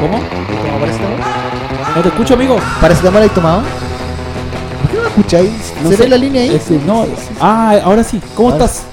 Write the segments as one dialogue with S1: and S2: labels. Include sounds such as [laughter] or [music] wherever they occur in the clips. S1: ¿Cómo?
S2: ¿Tomado paracetamol?
S1: No te escucho, amigo.
S2: ¿Paracetamol hay tomado? ¿Por qué no me escucháis?
S1: No
S2: ¿Se
S1: sé.
S2: ve la línea ahí?
S1: Este, no.
S2: Sí, sí, sí.
S1: Ah, ahora sí. ¿Cómo
S2: Ahora
S1: estás?
S2: sí.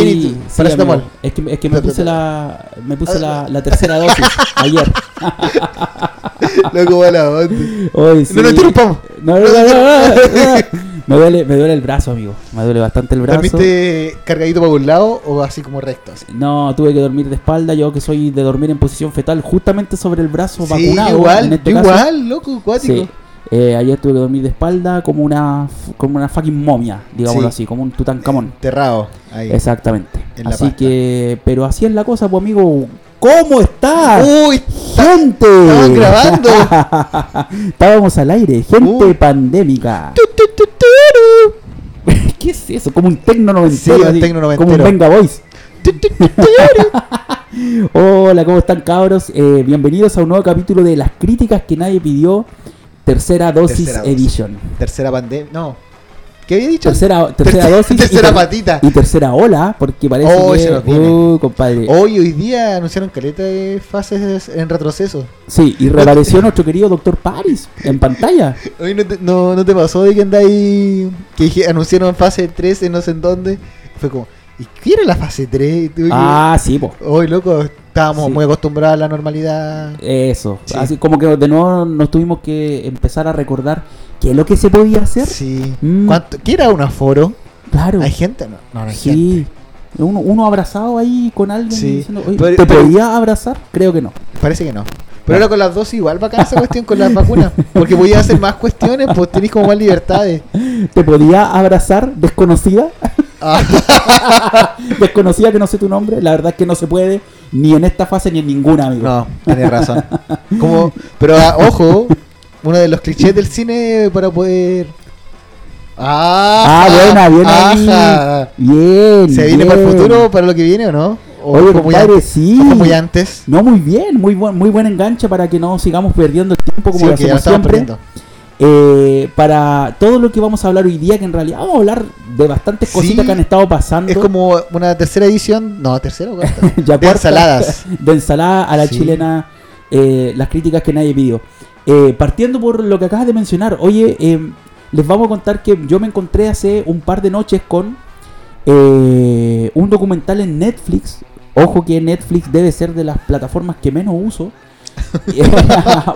S2: Bien, ¿y tú? Paracetamol.
S1: amigo. Es que, es que me
S2: Espera,
S1: puse
S2: espera.
S1: la me puse la, la tercera [laughs] dosis ayer.
S2: [laughs] Loco, mala onda.
S1: Hoy sí.
S2: No nos interrumpamos.
S1: No, no, no, no, no, no. [laughs] Me duele, me duele el brazo, amigo. Me duele bastante el brazo.
S2: ¿Dormiste cargadito para un lado o así como recto? así?
S1: No, tuve que dormir de espalda. Yo que soy de dormir en posición fetal, justamente sobre el brazo
S2: Sí,
S1: vacunado.
S2: yo igual,
S1: en este
S2: yo
S1: caso.
S2: igual, loco, cuático.
S1: Sí. Eh, ayer tuve que dormir de espalda como una como una fucking momia, digámoslo
S2: Sí.
S1: así, como un tutankamón.
S2: Enterrado ahí.
S1: Exactamente.
S2: En la
S1: Así
S2: pasta.
S1: que, pero así es la cosa, pues amigo. ¿Cómo estás?
S2: Ah. ¡Uy!
S1: gente.
S2: Uh, estaban grabando.
S1: [laughs]
S2: Uh.
S1: Estábamos al aire, gente
S2: Uy.
S1: pandémica. [laughs]
S2: tu, tu, tu, tu,
S1: ¿Qué es eso? Como un tecno noventero.
S2: Sí, un
S1: así,
S2: tecno noventero.
S1: Como un Venga Boys.
S2: tu, tu, tu,
S1: [laughs]
S2: tu.
S1: Hola, ¿cómo están cabros? Eh, bienvenidos a un nuevo capítulo de Las Críticas que nadie pidió. Tercera dosis
S2: Tercera dosis.
S1: edition.
S2: Tercera pandemia. No. ¿Qué había dicho?
S1: Tercera, tercera
S2: Terce-
S1: dosis. y
S2: tercera
S1: ter-
S2: patita.
S1: Y tercera ola, porque parece
S2: Oh, se
S1: que.
S2: nos viene. Oh,
S1: Uh, compadre.
S2: Hoy, hoy día anunciaron caleta de fases en retroceso.
S1: Sí, y reapareció nuestro querido Doctor Paris en
S2: [laughs]
S1: pantalla.
S2: Hoy no te, no, no te pasó de que andáis. Que dije- anunciaron fase 3 en no sé en dónde. Fue como, ¿y qué era la fase 3?
S1: Ah, sí, po.
S2: Hoy, loco, estábamos
S1: Sí.
S2: muy acostumbrados a la normalidad.
S1: Eso.
S2: Sí.
S1: Así como que de nuevo nos tuvimos que empezar a recordar qué es lo que se podía hacer.
S2: Sí.
S1: Mm.
S2: ¿Cuánto? ¿Qué era un aforo?
S1: Claro.
S2: ¿Hay gente? No, no, no hay gente.
S1: sí. Uno, uno abrazado ahí con alguien
S2: Sí.
S1: diciendo, "Oye,
S2: Pero-
S1: ¿te
S2: pero-
S1: podía abrazar? Creo que no.
S2: Parece que no.
S1: Ah.
S2: Pero ahora con las dosis igual bacán esa cuestión con las vacunas. Porque podías hacer más cuestiones, pues tenés como
S1: [laughs]
S2: más libertades.
S1: ¿Te podía abrazar desconocida? [laughs]
S2: Ah,
S1: desconocida que no sé tu nombre. La verdad es que no se puede ni en esta fase ni en ninguna, amigo.
S2: no,
S1: [laughs]
S2: tenés razón. Como, pero ah, ojo, uno de los clichés del cine para poder. Ah,
S1: Ah, buena, bien ahí.
S2: ajá.
S1: Bien.
S2: ¿Se viene
S1: bien.
S2: para el futuro, para lo que viene o no? ¿O
S1: Oye,
S2: fue muy
S1: compadre,
S2: antes?
S1: sí.
S2: ¿O fue muy antes?
S1: No, muy bien, muy buen, muy buen enganche para que no sigamos perdiendo el tiempo como
S2: Sí,
S1: lo
S2: porque ya lo
S1: hacemos
S2: estamos
S1: siempre.
S2: perdiendo.
S1: Eh, para todo lo que vamos a hablar hoy día, que en realidad vamos a hablar de bastantes
S2: Sí,
S1: cositas que han estado pasando.
S2: Es como una tercera edición. No, tercera o cuarta.
S1: Ya
S2: de
S1: cuarta,
S2: ensaladas.
S1: [laughs] De ensalada a la
S2: Sí.
S1: chilena, eh, las críticas que nadie pidió. Eh, partiendo por lo que acabas de mencionar, oye, eh, les vamos a contar que yo me encontré hace un par de noches con eh, un documental en Netflix. Ojo que Netflix debe ser de las plataformas que menos
S2: [laughs]
S1: uso. [laughs] [laughs]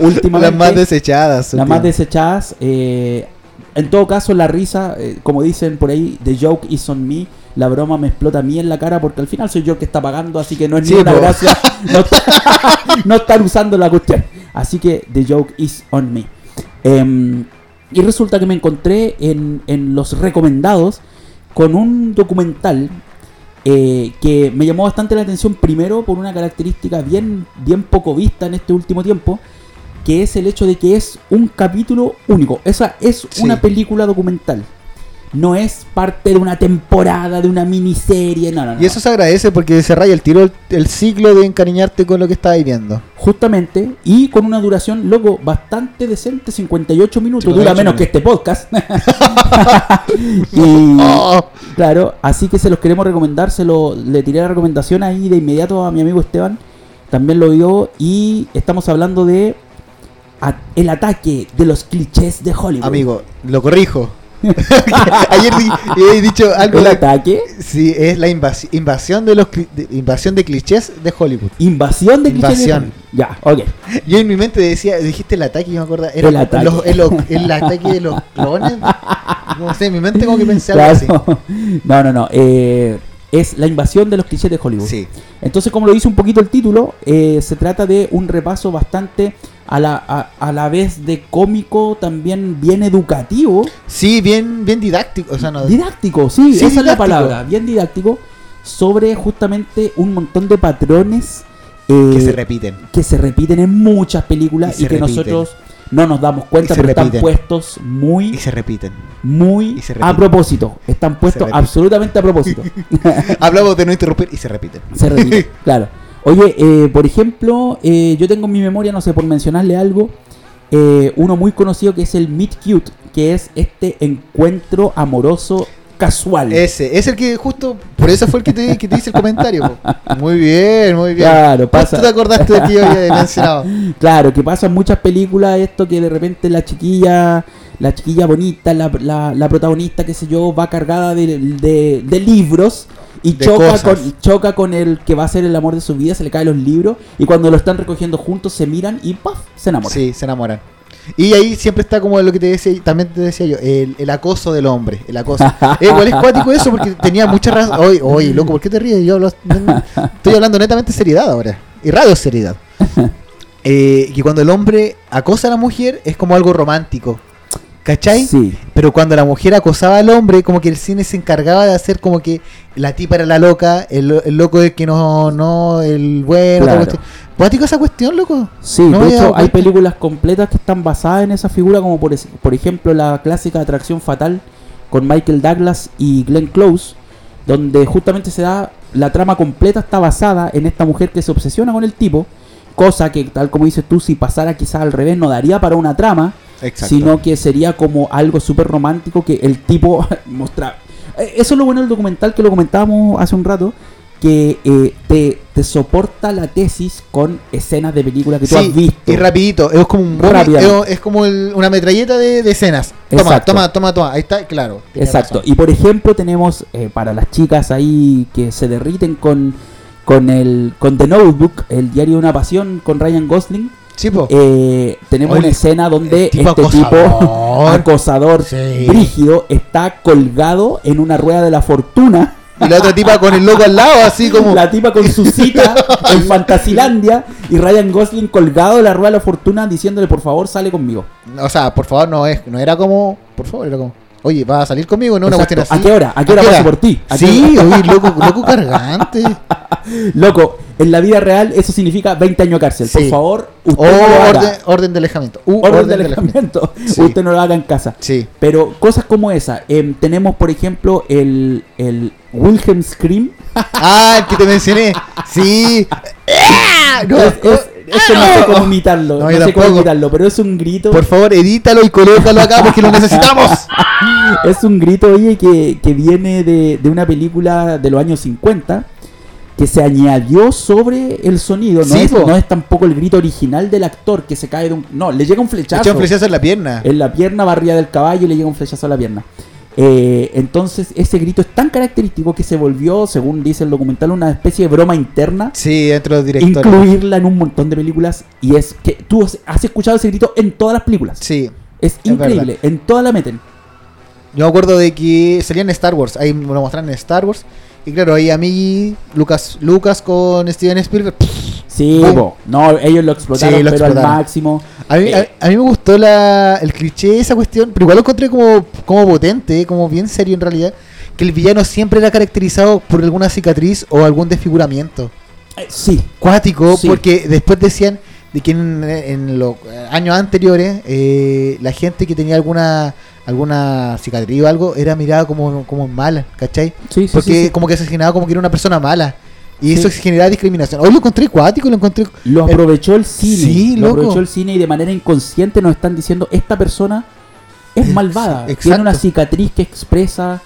S1: Últimamente.
S2: Las más desechadas.
S1: Las más
S2: últimamente.
S1: desechadas. eh, en todo caso, la risa, eh, como dicen por ahí, the joke is on me. La broma me explota a mí en la cara porque al final soy yo el que está pagando, así que no es
S2: Sí,
S1: ni una
S2: po.
S1: gracia [laughs] no, est- [laughs] no estar usando la cuestión. Así que the joke is on me. Em, y resulta que me encontré en, en los recomendados con un documental eh, que me llamó bastante la atención primero por una característica bien, bien poco vista en este último tiempo, que es el hecho de que es un capítulo único. Esa es
S2: Sí.
S1: una película documental. No es parte de una temporada, de una miniserie, no, no, no.
S2: Y eso se agradece porque se raya el tiro el, el ciclo de encariñarte con lo que estás viviendo.
S1: Justamente, y con una duración, loco, bastante decente, 58 minutos,
S2: 58
S1: dura menos
S2: minutos.
S1: que este podcast. [laughs]
S2: [laughs]
S1: y,
S2: ¡Oh!
S1: Claro, así que se los queremos recomendar, se lo, le tiré la recomendación ahí de inmediato a mi amigo Esteban, también lo vio y estamos hablando de a- el ataque de los clichés de Hollywood.
S2: Amigo, lo corrijo. [laughs] Ayer di- he dicho algo.
S1: el
S2: la-
S1: ataque,
S2: sí, es la invasi- invasión de los cli- de- invasión de clichés de Hollywood.
S1: invasión de clichés. de
S2: Invasión.
S1: Hollywood. Ya, ok.
S2: Yo en mi mente decía, dijiste el ataque, yo me acuerdo, era
S1: El
S2: como
S1: ataque.
S2: los- el, o- el ataque de los clones. No sé, en mi mente como que pensé algo así.
S1: Claro. [laughs] No, no, no. eh, es la invasión de los clichés de Hollywood.
S2: Sí,
S1: Entonces, como lo dice un poquito el título, eh, se trata de un repaso bastante a la, a- a la vez de cómico, también bien educativo.
S2: sí, bien, bien didáctico. O sea, no,
S1: Didáctico, sí, esa
S2: Sí,
S1: es la
S2: didáctico.
S1: palabra, bien didáctico, sobre justamente un montón de patrones eh,
S2: que se repiten.
S1: que se repiten en muchas películas
S2: Y
S1: y,
S2: se
S1: que
S2: repiten.
S1: nosotros no nos damos cuenta,
S2: Y se
S1: pero están
S2: repiten.
S1: puestos
S2: Y
S1: muy,
S2: se repiten.
S1: muy
S2: y se
S1: a
S2: repiten.
S1: propósito. Están puestos
S2: repiten.
S1: absolutamente a propósito.
S2: Hablamos de no interrumpir y se repiten.
S1: se
S2: [laughs]
S1: repite, claro. Oye, eh, por ejemplo, eh, yo tengo en mi memoria, no sé, por mencionarle algo, eh, uno muy conocido que es el Meet Cute, que es este encuentro amoroso casual.
S2: Ese, es el que justo, por eso fue el que te, que te hice el comentario. po. Muy bien, muy bien.
S1: Claro,
S2: Pues
S1: pasa.
S2: Tú te acordaste de que yo
S1: [laughs]
S2: había mencionado.
S1: Claro, que pasa en muchas películas esto que de repente la chiquilla, la chiquilla bonita, la, la- la protagonista, qué sé yo, va cargada de, de- de libros y
S2: De
S1: choca
S2: cosas.
S1: con, choca con el que va a ser el amor de su vida, se le caen los libros y cuando lo están recogiendo juntos se miran y ¡paf! se enamoran.
S2: Sí, se enamoran. Y ahí siempre está como lo que te decía, también te decía yo, el, el acoso del hombre, el acoso. Eh, igual es cuático eso porque tenía muchas razones. Oye, oye, loco, ¿por qué te ríes? Yo hablo- no, no, estoy hablando netamente seriedad ahora. Y radio
S1: [laughs]
S2: seriedad. Eh, que cuando el hombre acosa a la mujer es como algo romántico. ¿Cachai?
S1: Sí,
S2: Pero cuando la mujer acosaba al hombre, como que el cine se encargaba de hacer como que la tipa era la loca, el, lo- el loco es que no, no, el bueno,
S1: Claro.
S2: tal cuestión. ¿Cuático esa cuestión, loco?
S1: sí,
S2: No me
S1: de
S2: había
S1: hecho
S2: dado
S1: hay
S2: cuenta.
S1: películas completas que están basadas en esa figura, como por, es- por ejemplo la clásica Atracción Fatal con Michael Douglas y Glenn Close, donde justamente se da la trama completa está basada en esta mujer que se obsesiona con el tipo, cosa que tal como dices tú, si pasara quizás al revés no daría para una trama, sino que sería como algo súper romántico que el tipo [laughs] mostraba. Eh, Eso es lo bueno del documental que lo comentábamos hace un rato, que eh, te, te soporta la tesis con escenas de películas que tú has
S2: Sí,
S1: visto.
S2: y rapidito, es como un
S1: Rápido.
S2: es, es como el- una metralleta de, de escenas. Toma,
S1: Exacto.
S2: toma, toma, toma. Ahí está, claro. tenía
S1: Exacto.
S2: razón.
S1: Y por ejemplo tenemos eh, para las chicas ahí que se derriten con, con, el, con The Notebook, el diario de una pasión con Ryan Gosling,
S2: Sí, po.
S1: eh, tenemos
S2: Oye,
S1: una escena donde
S2: el tipo
S1: este tipo [laughs]
S2: acosador.
S1: acosador
S2: Sí.
S1: brígido está colgado en una rueda de la fortuna.
S2: Y la otra tipa con el loco al
S1: [laughs]
S2: lado, así como.
S1: La tipa con su
S2: [laughs]
S1: cita en Fantasilandia y Ryan Gosling colgado de la rueda de la fortuna diciéndole por favor sale conmigo.
S2: O sea, por favor, no es, no era como. Por favor, era como. Oye, ¿vas a salir conmigo? No, una
S1: Exacto.
S2: cuestión así.
S1: ¿A qué hora? ¿A qué hora paso por ti? ¿A qué
S2: Sí, oye, loco, loco cargante.
S1: Loco, en la vida real eso significa 20 años de cárcel. Por
S2: Sí.
S1: favor,
S2: O
S1: usted no lo haga.
S2: orden, orden de alejamiento. U,
S1: Orden de alejamiento.
S2: [laughs] Sí.
S1: Usted no lo haga en casa.
S2: Sí.
S1: Pero cosas como esa. em, tenemos, por ejemplo, el, el Wilhelm Scream.
S2: Ah, el que te mencioné. Sí. ¡Ah! No,
S1: es, es- eso no sé cómo imitarlo.
S2: No,
S1: No,
S2: yo
S1: sé cómo
S2: tampoco.
S1: imitarlo, pero es un grito.
S2: Por favor, edítalo y colócalo acá porque lo necesitamos.
S1: Es un grito, oye, que, que viene de, de una película de los años 50 que se añadió sobre el sonido. No,
S2: Sí,
S1: es,
S2: po.
S1: no es tampoco el grito original del actor que se cae de un. No, le llega un
S2: Le
S1: flechazo.
S2: echó un flechazo en la pierna.
S1: en la pierna barrida del caballo y le llega un flechazo a la pierna. Eh, entonces ese grito es tan característico que se volvió, según dice el documental, una especie de broma interna.
S2: Sí, dentro de los directores.
S1: Incluirla en un montón de películas y es que tú has- has escuchado ese grito en todas las películas.
S2: Sí.
S1: Es
S2: es
S1: increíble, en todas la meten.
S2: Yo me acuerdo de que salía en Star Wars. Ahí me lo mostraron en Star Wars. Y claro, ahí a mí, Lucas, Lucas con Steven Spielberg.
S1: Sí,
S2: Boom.
S1: po. no, ellos lo explotaron,
S2: Sí, lo
S1: pero
S2: explotaron.
S1: al máximo.
S2: A mí,
S1: Eh.
S2: a, a mí me gustó la, el cliché de esa cuestión, pero igual lo encontré como, como potente, como bien serio en realidad. Que el villano siempre era caracterizado por alguna cicatriz o algún desfiguramiento.
S1: Eh, sí,
S2: Cuático,
S1: Sí.
S2: porque después decían de que en, en los eh, años anteriores eh, la gente que tenía alguna alguna cicatriz o algo era mirada como, como mala, ¿cachai?
S1: sí, sí.
S2: Porque
S1: sí, sí.
S2: como que se generaba como que era una persona mala. Y
S1: Sí.
S2: eso generaba discriminación. Hoy lo encontré cuático, lo encontré...
S1: Lo aprovechó el cine.
S2: Eh, Sí,
S1: lo
S2: loco.
S1: aprovechó el cine y de manera inconsciente nos están diciendo esta persona es
S2: Ex-
S1: malvada. Tiene
S2: exacto.
S1: una cicatriz que expresa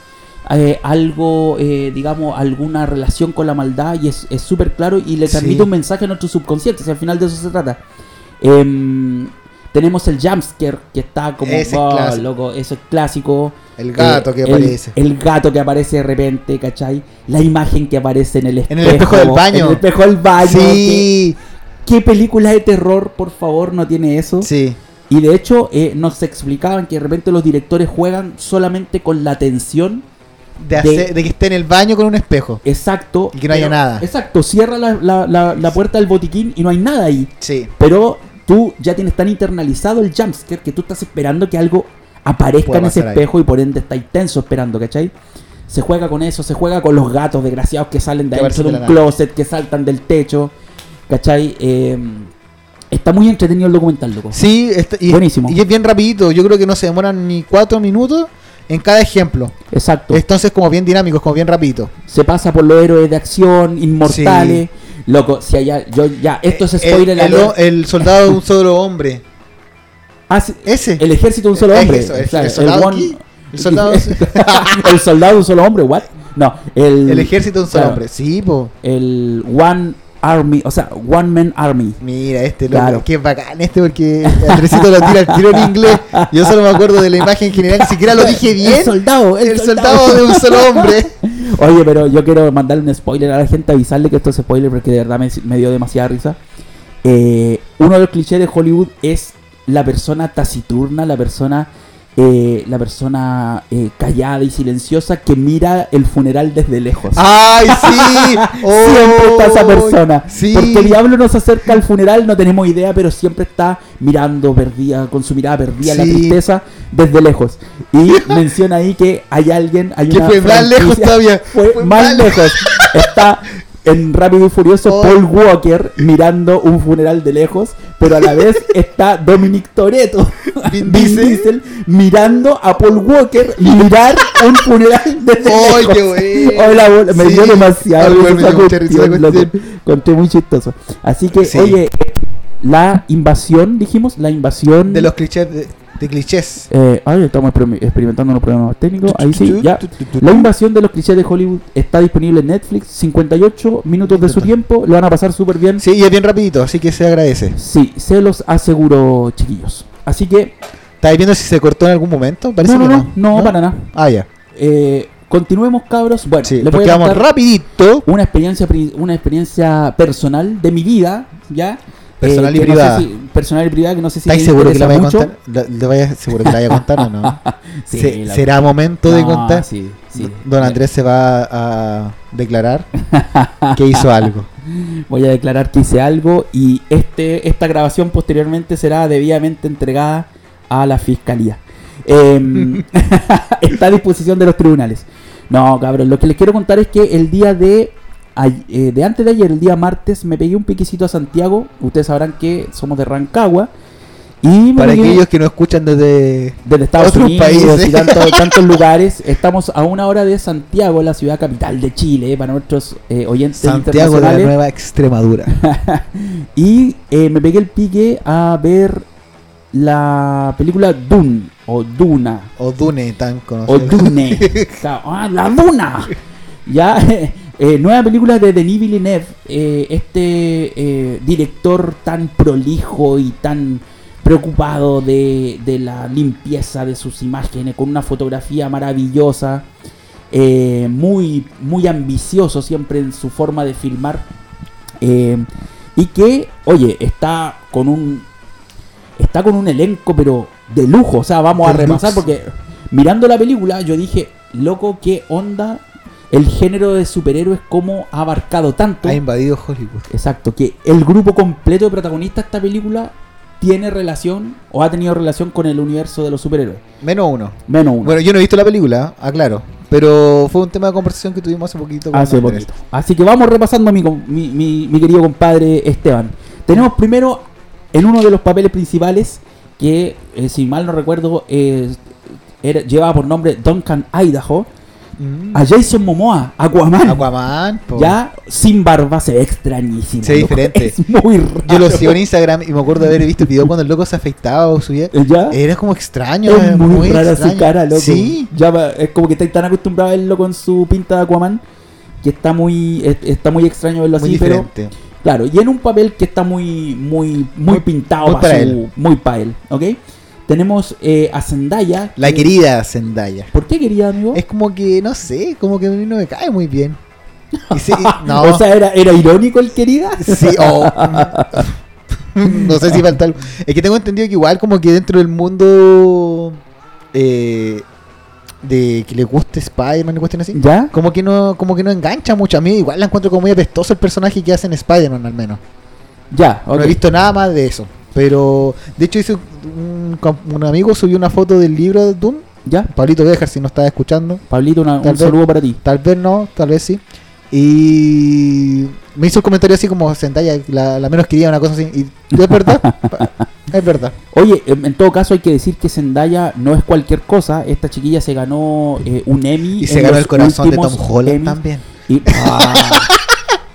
S1: eh, algo, eh, digamos, alguna relación con la maldad y es es súper claro y le
S2: Sí.
S1: transmite un mensaje a nuestro subconsciente. O sea, al final de eso se trata. Em, tenemos el jumpscare que está como,
S2: Ese es
S1: "Wow,
S2: clásico.
S1: loco, eso es clásico.
S2: El gato
S1: Eh,
S2: que
S1: el-
S2: aparece.
S1: El, gato que aparece de repente, ¿cachai? La imagen que aparece en el espejo.
S2: En el espejo del baño.
S1: En el espejo del baño. que-
S2: sí,
S1: ¿Qué película de terror, por favor, no tiene eso?
S2: sí.
S1: Y de hecho, eh, nos explicaban que de repente los directores juegan solamente con la tensión.
S2: De, hacer- de que esté en el baño con un espejo.
S1: Exacto.
S2: Y que no haya
S1: pero-
S2: nada.
S1: Exacto. Cierra la, la- la- la puerta del botiquín y no hay nada ahí.
S2: Sí.
S1: Pero tú ya tienes tan internalizado el jumpscare que tú estás esperando que algo aparezca
S2: Pueda
S1: en ese
S2: pasar ahí.
S1: espejo y por ende estáis tenso esperando, ¿cachai? Se juega con eso, se juega con los gatos desgraciados que salen de
S2: Que
S1: adentro de
S2: aparecen
S1: un
S2: de la nada.
S1: closet, que saltan del techo, ¿cachai? Eh, está muy entretenido el documental, loco.
S2: Sí, está- y,
S1: Buenísimo.
S2: y es bien rapidito. Yo creo que no se demoran ni cuatro minutos en cada ejemplo.
S1: Exacto.
S2: Entonces, como bien dinámico, como bien rapidito.
S1: Se pasa por los héroes de acción, inmortales. Loco, si allá. Yo, ya, esto es
S2: Eh,
S1: spoiler
S2: el,
S1: alert.
S2: el, ho- el soldado de un solo hombre.
S1: Ah, sí,
S2: Ese.
S1: el ejército de un solo
S2: Es
S1: hombre.
S2: eso, eh, es-
S1: claro,
S2: es
S1: el
S2: soldado
S1: one,
S2: aquí.
S1: [laughs]
S2: El soldado.
S1: el soldado un solo hombre, what? No, el,
S2: el ejército de un solo
S1: Claro.
S2: hombre. Sí, po.
S1: el One Army, o sea, One Man Army.
S2: Mira, este loco,
S1: Claro.
S2: que es bacán este porque Andresito lo tira al tiro en inglés. Yo solo me acuerdo de la imagen general, ni siquiera lo dije bien.
S1: [laughs] El soldado, el,
S2: El soldado de un solo
S1: [laughs]
S2: hombre.
S1: Oye, pero yo quiero mandarle un spoiler a la gente, avisarle que esto es spoiler porque de verdad me, me dio demasiada risa. Eh, uno de los clichés de Hollywood es la persona taciturna, la persona, eh, la persona eh, callada y silenciosa que mira el funeral desde lejos. [laughs]
S2: ¡Ay, sí!
S1: Siempre está esa
S2: ¡Oh!
S1: persona.
S2: Sí.
S1: Porque el diablo nos acerca al funeral, no tenemos idea, pero siempre está mirando, perdida, con su mirada perdida la
S2: Sí.
S1: tristeza desde lejos. Y menciona ahí que hay alguien, hay
S2: Que
S1: una
S2: fue más
S1: franquicia-
S2: lejos todavía.
S1: Fue,
S2: Fue
S1: más
S2: más
S1: lejos. Está en Rápido y Furioso
S2: Oh.
S1: Paul Walker mirando un funeral de lejos, pero a la vez está Dominic Toretto,
S2: [laughs] Vin Diesel.
S1: mirando a Paul Walker mirar un funeral desde
S2: ¡Ay,
S1: lejos.
S2: qué bueno!
S1: [laughs] Hola, bol- me
S2: Sí.
S1: dio demasiado
S2: Ay,
S1: risa
S2: bueno, me
S1: esa
S2: dio mucha risa esa
S1: cuestión, loco.
S2: cuestión.
S1: Conté muy chistoso. Así que,
S2: Sí.
S1: oye, la invasión, dijimos, la invasión.
S2: De los clichés. De, de clichés.
S1: Eh, ay, estamos experim- experimentando unos problemas técnicos. Ahí sí, ya. La invasión de los clichés de Hollywood está disponible en Netflix. 58 minutos de su tiempo. Lo van a pasar súper bien.
S2: Sí, y es bien rapidito, así que se agradece.
S1: Sí, se los aseguro, chiquillos. Así que,
S2: ¿Estás viendo si se cortó en algún momento? Parece
S1: no, no,
S2: que
S1: no, no, para nada.
S2: Ah, ya.
S1: Eh, continuemos, cabros. Bueno,
S2: Sí,
S1: les voy
S2: porque
S1: a
S2: vamos
S1: contar-
S2: rapidito.
S1: una experiencia pri- una experiencia personal de mi vida ya Eh,
S2: Personal y
S1: que no
S2: privada.
S1: sé si- personal y privada que no sé si
S2: ¿Estáis
S1: les
S2: seguro que la
S1: interesa
S2: vaya a
S1: mucho.
S2: contar? La- ¿Le vaya, seguro que la vaya a contar o no?
S1: [laughs] Sí,
S2: Se-
S1: la-
S2: ¿Será momento de
S1: No,
S2: contar?
S1: sí, sí.
S2: Don Andrés se va a
S1: [laughs]
S2: declarar que hizo algo.
S1: voy a declarar que hice algo y este esta grabación posteriormente será debidamente entregada a la fiscalía
S2: [laughs]
S1: Em, está a disposición de los tribunales no cabrón lo que les quiero contar es que el día de ay- eh, de antes de ayer el día martes me pegué un piquicito a Santiago ustedes sabrán que somos de Rancagua y me
S2: Para
S1: pegué-
S2: aquellos que no escuchan desde.
S1: desde Estados
S2: Otros
S1: Unidos
S2: países.
S1: y tanto-
S2: [laughs]
S1: tantos lugares. Estamos a una hora de Santiago, la ciudad capital de Chile, eh, para nuestros eh, oyentes
S2: Santiago de la
S1: internacionales.
S2: Nueva [laughs] Extremadura.
S1: y eh, me pegué el pique a ver la película Dune o Duna
S2: O Dune, tan conocido.
S1: o
S2: [laughs]
S1: Dune. Claro, ah, la Duna. Ya, [laughs] eh, nueva película de Denis Villeneuve, eh, este eh, director tan prolijo y tan preocupado de, de la limpieza de sus imágenes, con una fotografía maravillosa, eh, muy, muy ambicioso siempre en su forma de filmar. eh, y que, oye, está con un está con un elenco, pero de lujo. O sea, vamos a
S2: De
S1: repasar
S2: luxe.
S1: porque mirando la película yo dije, loco, qué onda el género de superhéroes, cómo ha abarcado tanto.
S2: Ha invadido Hollywood.
S1: Exacto, que el grupo completo de protagonistas de esta película tiene relación o ha tenido relación con el universo de los superhéroes.
S2: Menos uno.
S1: Menos uno.
S2: Bueno, yo no he visto la película, aclaro. Pero fue un tema de conversación que tuvimos hace Ah, poquito. con
S1: Hace
S2: Andrés.
S1: Ah, poquito. Así que vamos repasando, mi, com- mi, mi- mi querido compadre Esteban. Tenemos primero, en uno de los papeles principales, que eh, si mal no recuerdo, eh, era- llevaba por nombre Duncan Idaho,
S2: Mm.
S1: a Jason Momoa, Aquaman.
S2: Aquaman. po.
S1: Ya sin barba se ve extrañísimo.
S2: Se ve
S1: loco.
S2: diferente.
S1: Es muy raro.
S2: Yo lo sigo [laughs] en Instagram y me acuerdo de haber visto el video cuando el loco se afeitaba o subía.
S1: ¿Ya?
S2: Era como extraño.
S1: Es
S2: era
S1: muy, rara
S2: extraño.
S1: su cara, loco.
S2: Sí.
S1: Ya va- es como que está tan acostumbrado a verlo con su pinta de Aquaman que está muy, es- está muy extraño verlo
S2: Muy
S1: así, pero
S2: diferente.
S1: Claro, y en un papel que está muy, muy, muy
S2: Muy-
S1: pintado
S2: muy
S1: pa'
S2: para
S1: su-
S2: él.
S1: muy para él, ¿ok? Tenemos eh, a Zendaya.
S2: La
S1: que-
S2: querida Zendaya.
S1: ¿Por qué querida, amigo? [laughs]
S2: Es como que, no sé, como que a mí no me cae muy bien. Y [laughs] sí, no,
S1: O sea, era, era irónico el querida.
S2: sí, o- mm, [laughs] no sé si falta algo. Es que tengo entendido que igual como que dentro del mundo eh, de que le guste Spider-Man y cuestiones así,
S1: ¿Ya?
S2: como que no como que no engancha mucho. A mí igual la encuentro como muy apestoso el personaje que hace en Spider-Man al menos.
S1: Ya, ok.
S2: No he visto nada más de eso. Pero, de hecho, hizo un, un amigo subió una foto del libro de Doom.
S1: ¿Ya?
S2: Pablito Bejar, si no estaba escuchando.
S1: Pablito, una-
S2: Tal
S1: un
S2: vez.
S1: saludo para ti.
S2: Tal vez no, tal vez sí. Y me hizo un comentario así como Zendaya, la, la menos querida, una cosa así. Y es
S1: [laughs]
S2: verdad, pa- es verdad.
S1: Oye, em, en en todo caso hay que decir que Zendaya no es cualquier cosa. Esta chiquilla se ganó eh, un Emmy.
S2: Y
S1: en
S2: se ganó
S1: los
S2: el corazón de Tom
S1: últimos
S2: Holland
S1: Emmys.
S2: también. [laughs]
S1: Y... Ah.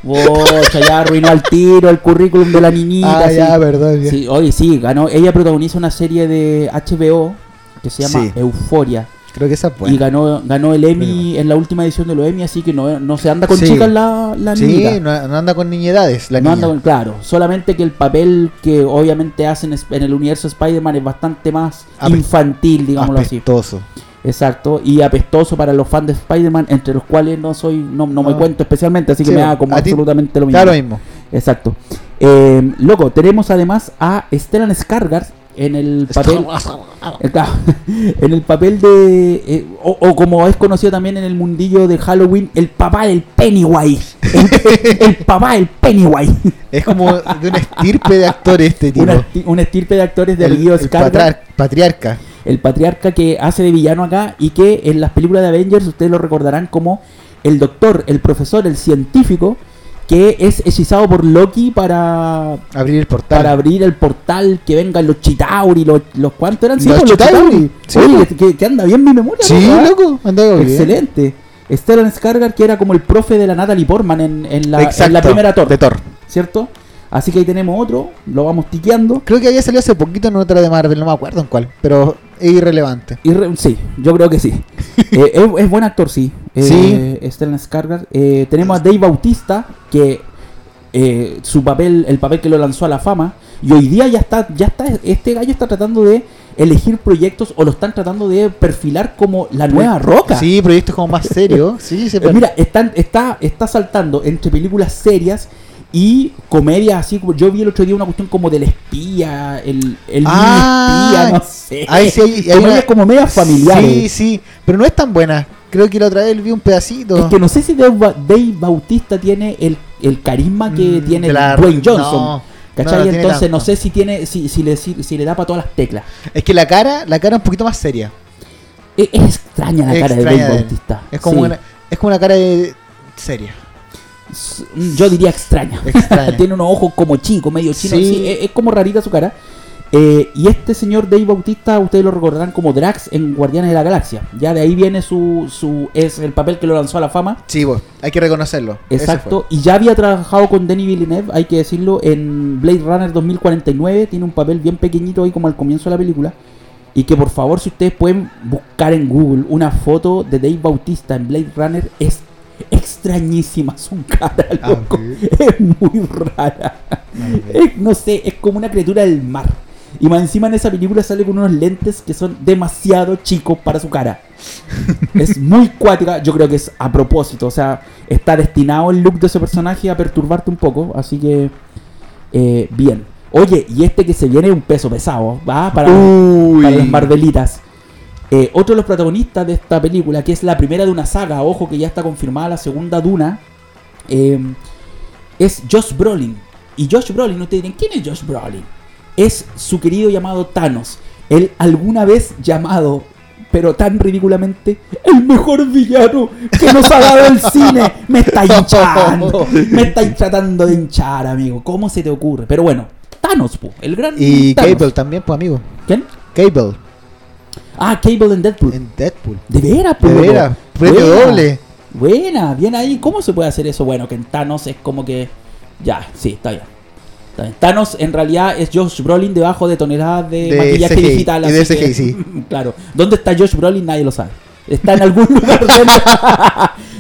S1: Bocha, ya arruinó al tiro el currículum de la niñita.
S2: Ah,
S1: sí.
S2: ya, verdad. ya.
S1: Sí, oye, sí, ganó. Ella protagoniza una serie de HBO que se llama
S2: Sí.
S1: Euforia.
S2: Creo que esa es
S1: Y
S2: buena.
S1: ganó, ganó el Emmy
S2: Muy
S1: en la última edición de los Emmy, así que no, no se anda con
S2: Sí.
S1: chicas la, la niñita.
S2: Sí, no, no anda con niñedades la
S1: No
S2: niña.
S1: anda con- claro, solamente que el papel que obviamente hacen es- en el universo Spider-Man es bastante más
S2: Ape-
S1: infantil, digámoslo así.
S2: Apestoso.
S1: Exacto, y apestoso para los fans de Spider-Man, entre los cuales no soy, no, no me
S2: Ah.
S1: cuento especialmente, así que
S2: Sí,
S1: me da como
S2: a ti
S1: absolutamente lo mismo.
S2: Da lo mismo.
S1: Exacto. Eh, loco, tenemos además a Stellan Skargard en el papel. [laughs] Está- en el papel de. eh, o, o como es conocido también en el mundillo de Halloween, el papá del Pennywise. El, el papá del
S2: [laughs]
S1: Pennywise.
S2: Es como de una estirpe de actor este tipo.
S1: Una esti- un estirpe de actores del
S2: El-
S1: Guido
S2: el
S1: Skargard,
S2: patrar- patriarca.
S1: el patriarca que hace de villano acá y que en las películas de Avengers ustedes lo recordarán como el doctor, el profesor, el científico que es hechizado por Loki para,
S2: Abrir el portal.
S1: para abrir el portal, que vengan los Chitauri, los, los cuantos eran
S2: Los
S1: pues,
S2: Chitauri, sí,
S1: Oye,
S2: pues.
S1: que- que, que anda bien mi memoria.
S2: sí,
S1: loco, ¿ah?
S2: loco. Andaba bien.
S1: Excelente. Stellan Skarsgård que era como el profe de la Natalie Portman en, en la, en
S2: Exacto,
S1: la primera Thor,
S2: De Thor.
S1: ¿cierto? Así que ahí tenemos otro, lo vamos tiqueando.
S2: Creo que había salido hace poquito en otra de Marvel, no me acuerdo en cuál, pero es irrelevante.
S1: Y re- sí, yo creo
S2: [laughs]
S1: que sí. Eh, es, es buen actor, sí. Eh, Stellan Skarsgård. Eh, tenemos a Dave Bautista, que eh, su papel, el papel que lo lanzó a la fama. Y hoy día ya está, ya está, este gallo está tratando de elegir proyectos o lo están tratando de perfilar como la nueva roca.
S2: Pues, Sí, proyectos como más
S1: [laughs]
S2: serios. Sí, se
S1: Eh, mira, están- está, está saltando entre películas serias y comedias así como yo vi el otro día una cuestión como del espía, el, el
S2: Ah,
S1: mini espía, no sé.
S2: ahí sí hay- hay
S1: Comedias
S2: una-
S1: como medias familiares.
S2: Sí, sí, pero no es tan buena. Creo que la otra vez vi un pedacito.
S1: Es que no sé si Dave, Ba- Dave Bautista tiene el, el carisma que
S2: Mm,
S1: tiene
S2: de la-
S1: Dwayne Johnson.
S2: no,
S1: ¿Cachai?
S2: no, no tiene
S1: Entonces no
S2: tanto.
S1: sé si tiene si, si le, si- si le da para todas las teclas.
S2: Es que la cara, la cara es un poquito más seria.
S1: Es, E, es extraña la
S2: Es
S1: cara de
S2: extraña
S1: Dave
S2: de él.
S1: Bautista.
S2: Es como,
S1: Sí.
S2: una, es como una cara de
S1: [laughs]
S2: seria.
S1: S- Yo diría extraña.
S2: [laughs] Extraña.
S1: Tiene unos ojos como chicos, medio chinos.
S2: Sí.
S1: así, es, es como rarita su cara. Eh, y este señor Dave Bautista, ustedes lo recordarán como Drax en Guardianes de la Galaxia. Ya de ahí viene su, su es el papel que lo lanzó a la fama.
S2: sí, vos, hay que reconocerlo. Ese
S1: Exacto. Y ya había trabajado con Denis Villeneuve, hay que decirlo, en Blade Runner 2049. Tiene un papel bien pequeñito ahí como al comienzo de la película. Y que por favor, si ustedes pueden buscar en Google una foto de Dave Bautista en Blade Runner, es extrañísima su cara,
S2: Ah,
S1: loco.
S2: sí.
S1: Es muy rara.
S2: fue.
S1: Es- no sé, es como una criatura del mar. Y más encima en esa película sale con unos lentes que son demasiado chicos para su cara. es muy cuática, yo creo que es a propósito. O sea, está destinado el look de ese personaje a perturbarte un poco. Así que, eh, bien. Oye, y este que se viene es un peso pesado, ¿va? Para,
S2: Uh, Uy.
S1: para las Marvelitas. Eh, otro de los protagonistas de esta película, que es la primera de una saga, ojo que ya está confirmada la segunda Duna, eh, es Josh Brolin. Y Josh Brolin, ustedes dirán, ¿quién es Josh Brolin? Es su querido llamado Thanos. Él alguna vez llamado, pero tan ridículamente, el mejor villano que nos ha dado el cine. Me está hinchando. Me estáis tratando de hinchar, amigo. ¿Cómo se te ocurre? Pero bueno, Thanos, po, el gran.
S2: Y
S1: Thanos.
S2: Cable también, pues amigo.
S1: ¿Quién?
S2: Cable
S1: Ah, Cable en Deadpool.
S2: en Deadpool.
S1: De veras, po,
S2: De
S1: loco.
S2: veras, premio
S1: Buena.
S2: doble.
S1: Buena, bien ahí. ¿Cómo se puede hacer eso? Bueno, que en Thanos es como que. Ya, sí, está bien. Está bien. Thanos en realidad es Josh Brolin debajo de toneladas de,
S2: De
S1: maquillaje
S2: CGI,
S1: digital.
S2: y de
S1: así que-
S2: CGI, sí.
S1: [laughs] Claro. ¿Dónde está Josh Brolin? Nadie lo sabe. Está en algún [laughs] lugar. donde-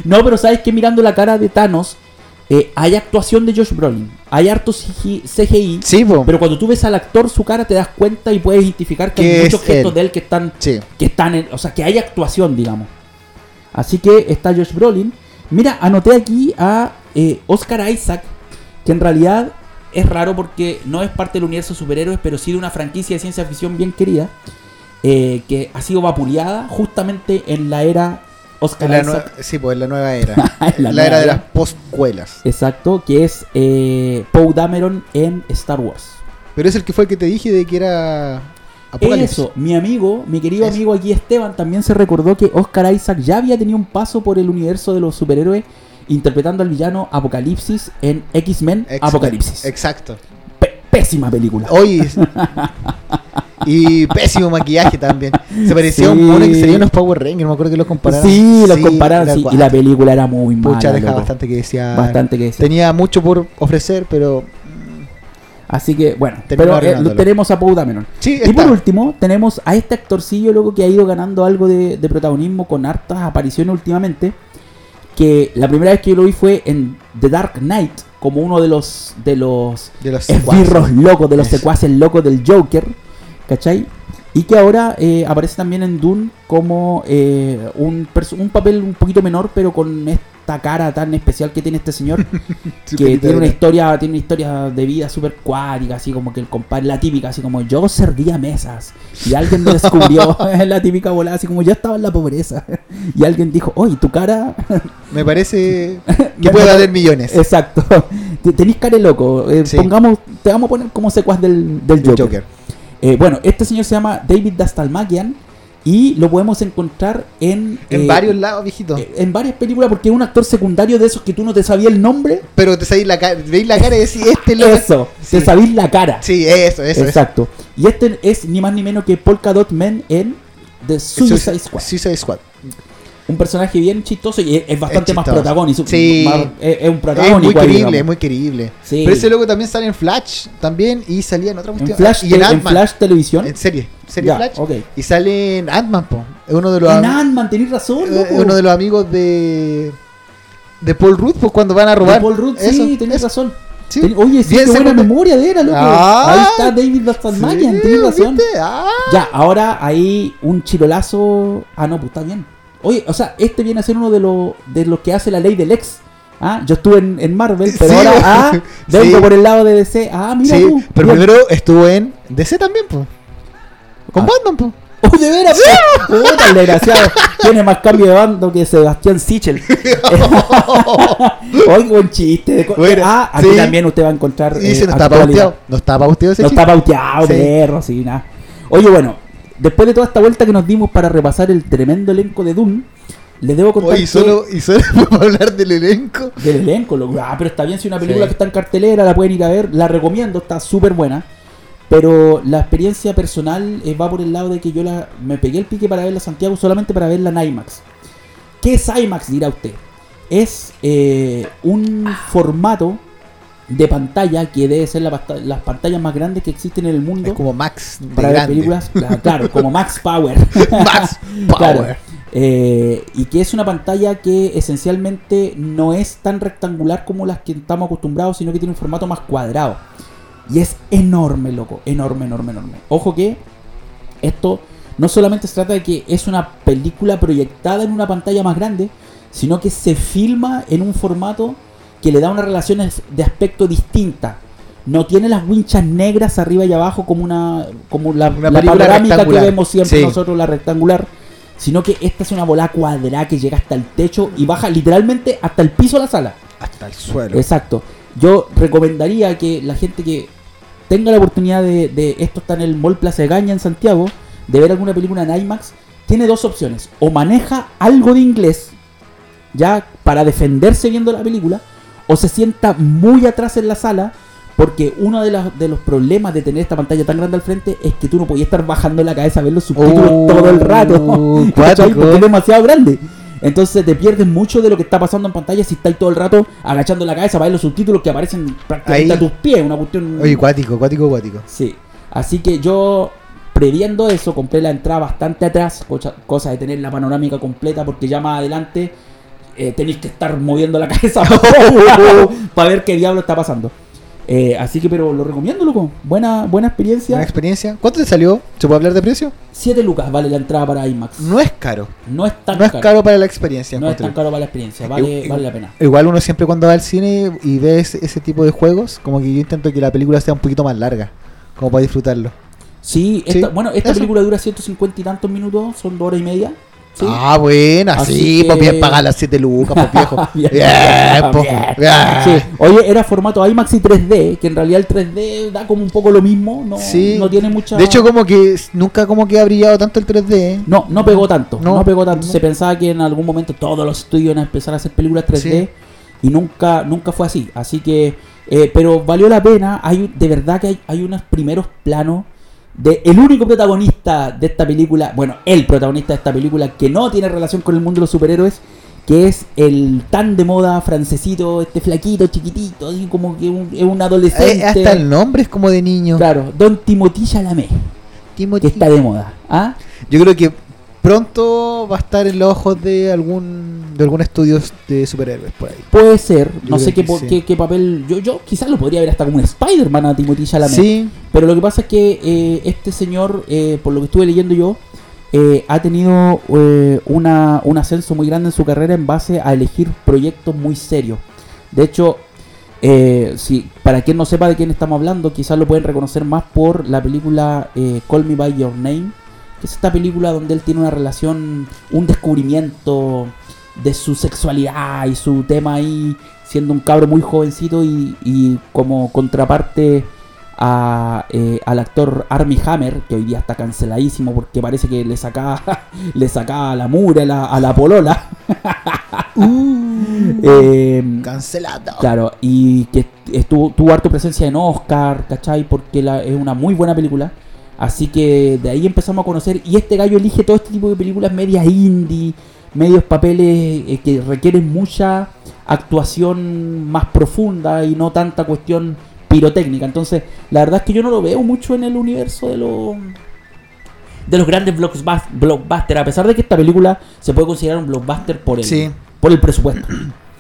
S1: no, pero sabes que mirando la cara de Thanos, eh, hay actuación de Josh Brolin. Hay harto CGI. CGI
S2: Sí, po.
S1: Pero cuando tú ves al actor su cara te das cuenta y puedes identificar que
S2: Que
S1: hay
S2: es
S1: muchos gestos
S2: él.
S1: de él que están
S2: Sí.
S1: que están en, o sea, que hay actuación, digamos. Así que está Josh Brolin. Mira, anoté aquí a eh, Oscar Isaac, que en realidad es raro porque no es parte del universo de superhéroes, pero sí de una franquicia de ciencia ficción bien querida, eh, que ha sido vapuleada justamente en la era Oscar
S2: En la
S1: Isaac.
S2: nue- sí, pues en la nueva era.
S1: [laughs] En la
S2: la,
S1: nueva
S2: era de
S1: era.
S2: las postcuelas.
S1: Exacto, que es eh, Poe Dameron en Star Wars.
S2: Pero es el que fue el que te dije de que era Apocalipsis.
S1: Eso, mi amigo, mi querido
S2: Eso.
S1: amigo aquí Esteban también se recordó que Oscar Isaac ya había tenido un paso por el universo de los superhéroes interpretando al villano Apocalipsis en X-Men
S2: Ex- Oh,
S1: Apocalipsis.
S2: Exacto.
S1: P- pésima película.
S2: Hoy.
S1: [laughs]
S2: y pésimo maquillaje también. Se parecía a
S1: Sí.
S2: un mono que salía en los Power Rangers. Me acuerdo que los compararon.
S1: sí, los
S2: era
S1: compararon sí, y
S2: guay.
S1: la película era muy mala.
S2: Pucha, dejaba
S1: loco.
S2: bastante que decía.
S1: Bastante que decir.
S2: Tenía mucho por ofrecer, pero. mm,
S1: Así que, bueno,
S2: Terminó
S1: pero eh,
S2: arruinándolo.
S1: lo tenemos a Poe Dameron.
S2: Sí,
S1: Y
S2: está.
S1: por último, tenemos a este actorcillo loco que ha ido ganando algo de, de protagonismo con hartas apariciones últimamente. Que la primera vez que yo lo vi fue en The Dark Knight, como uno de los de los
S2: de los
S1: esbirros locos, de los
S2: Eso.
S1: secuaces locos del Joker, ¿cachai? Y que ahora eh, aparece también en Dune como eh, un, perso- un papel un poquito menor, pero con esta cara tan especial que tiene este señor, que tiene una historia, tiene una historia de vida súper cuática, así como que el compadre, la típica, así como yo servía mesas y alguien me descubrió
S2: [laughs]
S1: [laughs] la típica volada, así como yo estaba en la pobreza [laughs] y alguien dijo, oye, tu cara,
S2: [laughs]
S1: [laughs]
S2: Me parece que
S1: Me
S2: puede
S1: parece-
S2: valer millones.
S1: exacto, te- tenés cara de loco, eh,
S2: Sí.
S1: pongamos, te vamos a poner como secuaz del, del
S2: el
S1: Joker.
S2: Joker.
S1: Eh, bueno, este señor se llama David Dastalmagian y lo podemos encontrar en...
S2: En
S1: eh,
S2: varios lados, viejito.
S1: eh, En varias películas porque es un actor secundario de esos que tú no te sabías el nombre.
S2: Pero te sabéis la, ca- veis la cara y decís, este loco.
S1: Eso,
S2: Sí.
S1: te sabís la cara.
S2: Sí, eso, eso. eso.
S1: Exacto. Y este es ni más ni menos que Polka Dot Man en The Suicide Squad.
S2: Suicide Squad.
S1: Un personaje bien chistoso y es, es bastante más
S2: chistoso.
S1: protagónico.
S2: Sí.
S1: más- es, es un
S2: Es
S1: protagónico.
S2: muy
S1: ahí,
S2: querible, es
S1: digamos.
S2: muy querible.
S1: Sí.
S2: Pero ese loco también sale en Flash también y salía en otra
S1: En
S2: cuestión.
S1: Flash,
S2: y en
S1: te- en
S2: Ant-Man.
S1: Flash Televisión.
S2: En serie, serie
S1: Ya,
S2: Flash.
S1: ok.
S2: Y sale en Ant-Man, po. Es uno de los
S1: En
S2: am-
S1: Ant-Man, tenés razón,
S2: eh,
S1: loco.
S2: uno de los amigos de de Paul Rudd, pues cuando van a robar.
S1: De Paul Rudd,
S2: Eso,
S1: sí, tenés
S2: eso,
S1: razón.
S2: sí.
S1: Ten- Oye, sí,
S2: Bien
S1: qué buena
S2: secundario.
S1: memoria de era, loco.
S2: Ah.
S1: Ahí está David Bastalmagian,
S2: Sí,
S1: tenés razón.
S2: ¿viste? Ah.
S1: Ya, ahora ahí un chirolazo. Ah, no, pues está bien. Oye, o sea, este viene a ser uno de los de los que hace la ley del ex. Ah, yo estuve en, en Marvel, pero
S2: [laughs] Sí.
S1: ahora ah, vengo
S2: Sí.
S1: por el lado de DC. Ah, mira
S2: Sí,
S1: tú.
S2: pero
S1: bien.
S2: primero estuvo en DC también, pues. Con
S1: Ah. [laughs]
S2: Batman, pues.
S1: Oh, de veras, po. Puta, el desgraciado. Tiene más cambio de bando que Sebastián Sichel. Oye, buen chiste. de co-
S2: Bueno,
S1: ah, aquí
S2: sí.
S1: también usted va a encontrar.
S2: Y dice,
S1: eh,
S2: no está
S1: actualidad.
S2: pausteado. No está pausteado ese
S1: No
S2: chiste.
S1: está pauteado,
S2: Sí.
S1: perro, sí, nada. Oye, bueno, después de toda esta vuelta que nos dimos para repasar el tremendo elenco de Doom, les debo contar
S2: Oye, y
S1: que-
S2: solo, y solo [laughs] para hablar del elenco.
S1: del elenco, loco. Ah, pero está bien si una película
S2: Sí.
S1: que está en cartelera, la pueden ir a ver, la recomiendo, está súper buena. Pero la experiencia personal eh, va por el lado de que yo la, me pegué el pique para verla a Santiago solamente para verla en IMAX. ¿Qué es IMAX? Dirá usted. Es eh, un formato de pantalla que debe ser la pasta- las pantallas más grandes que existen en el mundo
S2: Es como Max de
S1: para ver
S2: grande.
S1: películas, la- claro, como Max Power.
S2: [laughs] Max
S1: [laughs] Claro.
S2: Power.
S1: Eh, y que es una pantalla que esencialmente no es tan rectangular como las que estamos acostumbrados, sino que tiene un formato más cuadrado. Y es enorme, loco, enorme, enorme, enorme. Ojo que esto no solamente se trata de que es una película proyectada en una pantalla más grande, sino que se filma en un formato que le da unas relaciones de aspecto distinta. No tiene las winchas negras arriba y abajo como una como la,
S2: Una
S1: la
S2: película
S1: panorámica que
S2: rectangular.
S1: vemos siempre
S2: Sí.
S1: nosotros, la rectangular, sino que esta es una bola cuadrada que llega hasta el techo y baja literalmente hasta el piso de la sala.
S2: Hasta el suelo.
S1: Exacto. Yo recomendaría que la gente que tenga la oportunidad de, de- esto está en el Mall Plaza de Gaña en Santiago, de ver alguna película en IMAX, tiene dos opciones. O maneja algo de inglés, ya para defenderse viendo la película, o se sienta muy atrás en la sala, porque uno de, las- de los problemas de tener esta pantalla tan grande al frente es que tú no podías estar bajando la cabeza a ver los subtítulos
S2: Oh,
S1: todo el rato. [laughs] ¿cachai?
S2: cuático.
S1: Porque es demasiado grande. Entonces te pierdes mucho de lo que está pasando en pantalla si estáis todo el rato agachando la cabeza para ver los subtítulos que aparecen prácticamente
S2: Ahí.
S1: a tus pies. Una cuestión.
S2: Oye, cuático, cuático, cuático.
S1: Sí. Así que yo, previendo eso, compré la entrada bastante atrás, cosa, cosa de tener la panorámica completa, porque ya más adelante eh, tenéis que estar moviendo la [laughs]
S2: [laughs]
S1: cabeza para ver qué diablo está pasando. Eh, así que, pero lo recomiendo, loco. Buena, buena
S2: Una
S1: experiencia.
S2: experiencia. ¿Cuánto te salió? ¿Se puede hablar de precio?
S1: 7 lucas vale la entrada para IMAX.
S2: No es caro.
S1: No es tan
S2: No es
S1: caro.
S2: caro para la experiencia.
S1: no es
S2: encuentro
S1: tan
S2: yo.
S1: caro para la experiencia. Vale,
S2: Igu-
S1: vale la pena.
S2: Igual uno siempre cuando va al cine y ve ese, ese tipo de juegos, como que yo intento que la película sea un poquito más larga, como para disfrutarlo.
S1: Sí, esta-
S2: Sí,
S1: bueno, esta
S2: eso.
S1: película dura 150 y tantos minutos, son dos horas y media. ¿sí? [laughs]
S2: Ah, buena,
S1: Así
S2: sí, pues bien
S1: que-
S2: pagar las 7 lucas, pues viejo.
S1: [laughs] Bien,
S2: bien,
S1: bien,
S2: pues,
S1: bien.
S2: bien.
S1: Sí. Oye, era formato IMAX y 3D, que en realidad el 3D da como un poco lo mismo, no,
S2: Sí.
S1: no tiene mucha...
S2: De hecho, como que s- nunca como que ha brillado tanto el 3D. ¿eh?
S1: no, no pegó tanto, no,
S2: No,
S1: pegó tanto.
S2: no.
S1: Se pensaba que en algún momento todos los estudios iban a empezar a hacer películas 3D
S2: Sí.
S1: y nunca, nunca fue así. Así que, eh, pero valió la pena. Hay, de verdad que hay, hay unos primeros planos de el único protagonista de esta película, bueno, el protagonista de esta película que no tiene relación con el mundo de los superhéroes, que es el tan de moda francesito, este flaquito, chiquitito, así como que un- es un adolescente.
S2: Eh, hasta el nombre es como de niño.
S1: Claro, Don Timothy Chalamet, que
S2: Timothy.
S1: está de moda. ¿Ah?
S2: Yo creo que pronto va a estar en los ojos de algún de algún estudio de superhéroes por ahí.
S1: Puede ser, no
S2: creo
S1: sé qué,
S2: que
S1: po-
S2: sí.
S1: qué, qué papel. Yo, yo quizás lo podría ver hasta como un Spider-Man a Timothy Chalamet.
S2: Sí,
S1: Pero lo que pasa es que eh, este señor, eh, por lo que estuve leyendo yo, eh, ha tenido eh, una- un ascenso muy grande en su carrera en base a elegir proyectos muy serios. De hecho, eh, si, para quien no sepa de quién estamos hablando, quizás lo pueden reconocer más por la película eh, Call Me By Your Name, que es esta película donde él tiene una relación, un descubrimiento de su sexualidad y su tema ahí, siendo un cabro muy jovencito y, y como contraparte a, eh, al actor Army Hammer, que hoy día está canceladísimo porque parece que le sacaba, [laughs] le sacaba a la mura, a la, a la polola. [laughs] Eh,
S2: cancelado.
S1: Claro, y que estuvo, tuvo harto presencia en Oscar, ¿cachai? Porque la- es una muy buena película. Así que de ahí empezamos a conocer. Y este gallo elige todo este tipo de películas medias indie, medios papeles eh, que requieren mucha actuación más profunda y no tanta cuestión pirotécnica. Entonces, la verdad es que yo no lo veo mucho en el universo de los de los grandes blockbus- blockbusters, a pesar de que esta película se puede considerar un blockbuster por el,
S2: Sí.
S1: por el presupuesto,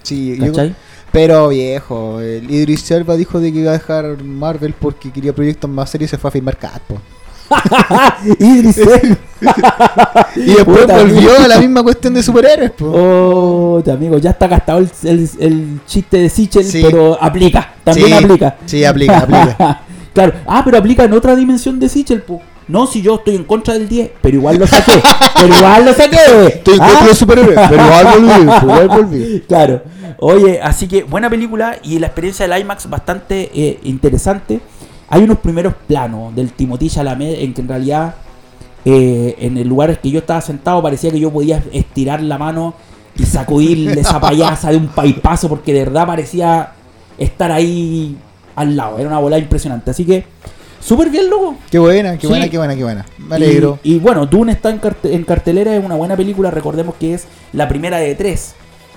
S2: Sí, yo-
S1: ¿cachai?
S2: pero viejo, el Idris Elba dijo de que iba a dejar Marvel porque quería proyectos más serios y se fue a firmar Catpo.
S1: [laughs] Idris ¿eh? Elba.
S2: Y después
S1: Puta,
S2: volvió
S1: amigo.
S2: a la misma cuestión de superhéroes, po.
S1: Oh, te amigo, ya está gastado el, el- el chiste de Sichel,
S2: Sí.
S1: pero aplica, también
S2: Sí,
S1: aplica.
S2: Sí, aplica, aplica.
S1: [laughs] claro, ah, pero aplica en otra dimensión de Sichel, po. No, si yo estoy en contra del 10, pero igual lo
S2: [laughs]
S1: saqué, pero igual lo saqué.
S2: Estoy en
S1: ¿Ah?
S2: contra de los superhéroes, pero igual volví,
S1: [laughs]
S2: po, igual volví.
S1: Claro. Oye, así que buena película y la experiencia del IMAX bastante eh, interesante. Hay unos primeros planos del Timothy Chalamet en que en realidad eh, en el lugar que yo estaba sentado parecía que yo podía estirar la mano y sacudirle esa payasa de un paipazo porque de verdad parecía estar ahí al lado. Era una bola impresionante. Así que súper bien, loco.
S2: Qué buena, qué
S1: Sí.
S2: buena, qué buena, qué buena. Me alegro.
S1: Y, y bueno, Dune está en, carte- en cartelera, es una buena película, recordemos que es la primera de tres.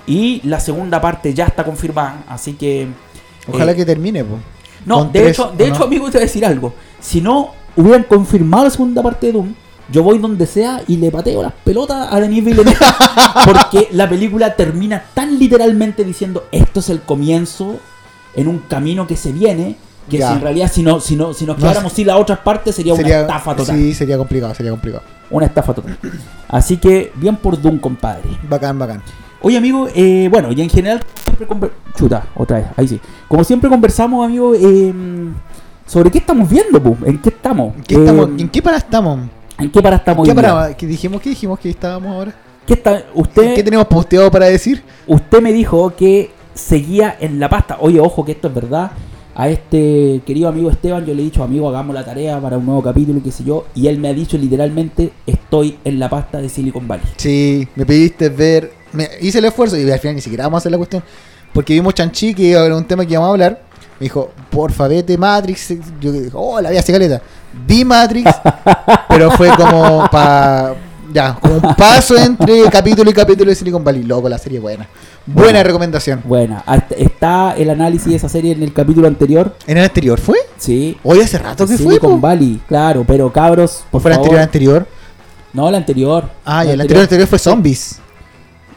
S1: Y la segunda parte ya está confirmada, así que...
S2: Ojalá
S1: eh,
S2: que termine, po.
S1: No,
S2: con
S1: de
S2: tres,
S1: hecho,
S2: ¿o
S1: de
S2: no?
S1: hecho amigo, te voy a decir algo. Si no hubieran confirmado la segunda parte de Dune, yo voy donde sea y le pateo las pelotas a Denis
S2: [laughs]
S1: Villeneuve. porque la película termina tan literalmente diciendo, esto es el comienzo en un camino que se viene, que
S2: Ya.
S1: si en realidad si, no, si, no, si nos
S2: No,
S1: quedáramos sin las otras partes sería, una estafa total.
S2: Sí, sería complicado, sería complicado.
S1: Una estafa total. Así que, bien por Doom, compadre.
S2: Bacán, bacán.
S1: Oye, amigo, eh, bueno, y en general, siempre conver- chuta, otra vez, ahí sí. Como siempre conversamos, amigo, eh, sobre qué estamos viendo, pu, en qué estamos.
S2: ¿En qué,
S1: Eh,
S2: estamos, ¿En qué para estamos?
S1: ¿en qué para estamos
S2: ¿Qué
S1: hoy día?
S2: para, ¿Qué dijimos? ¿Qué dijimos que estábamos ahora?
S1: ¿Qué está-
S2: ¿Qué,
S1: usted,
S2: tenemos posteado para decir?
S1: usted me dijo que seguía en la pasta. Oye, ojo, que esto es verdad. A este querido amigo Esteban, yo le he dicho, amigo, hagamos la tarea para un nuevo capítulo, y qué sé yo. Y él me ha dicho literalmente, estoy en la pasta de Silicon Valley.
S2: Sí, me pediste ver. me- hice el esfuerzo y al final ni siquiera vamos a hacer la cuestión. Porque vimos Chanchi, que era un tema que íbamos a hablar. Me dijo, porfa, vete Matrix. Yo dije, oh, la vi hace caleta. Vi Matrix,
S1: [laughs]
S2: pero fue como para. Ya, como un paso entre capítulo y capítulo de Silicon Valley. Loco, la serie buena. Buena recomendación.
S1: Buena, hasta- está el análisis de esa serie en el capítulo anterior.
S2: ¿En el anterior fue?
S1: Sí.
S2: Hoy hace rato que fue.
S1: Silicon
S2: po.
S1: Valley, claro, pero cabros, por
S2: ¿Fue el
S1: favor.
S2: anterior, anterior?
S1: No, el anterior.
S2: Ah, y el anterior, anterior fue Zombies.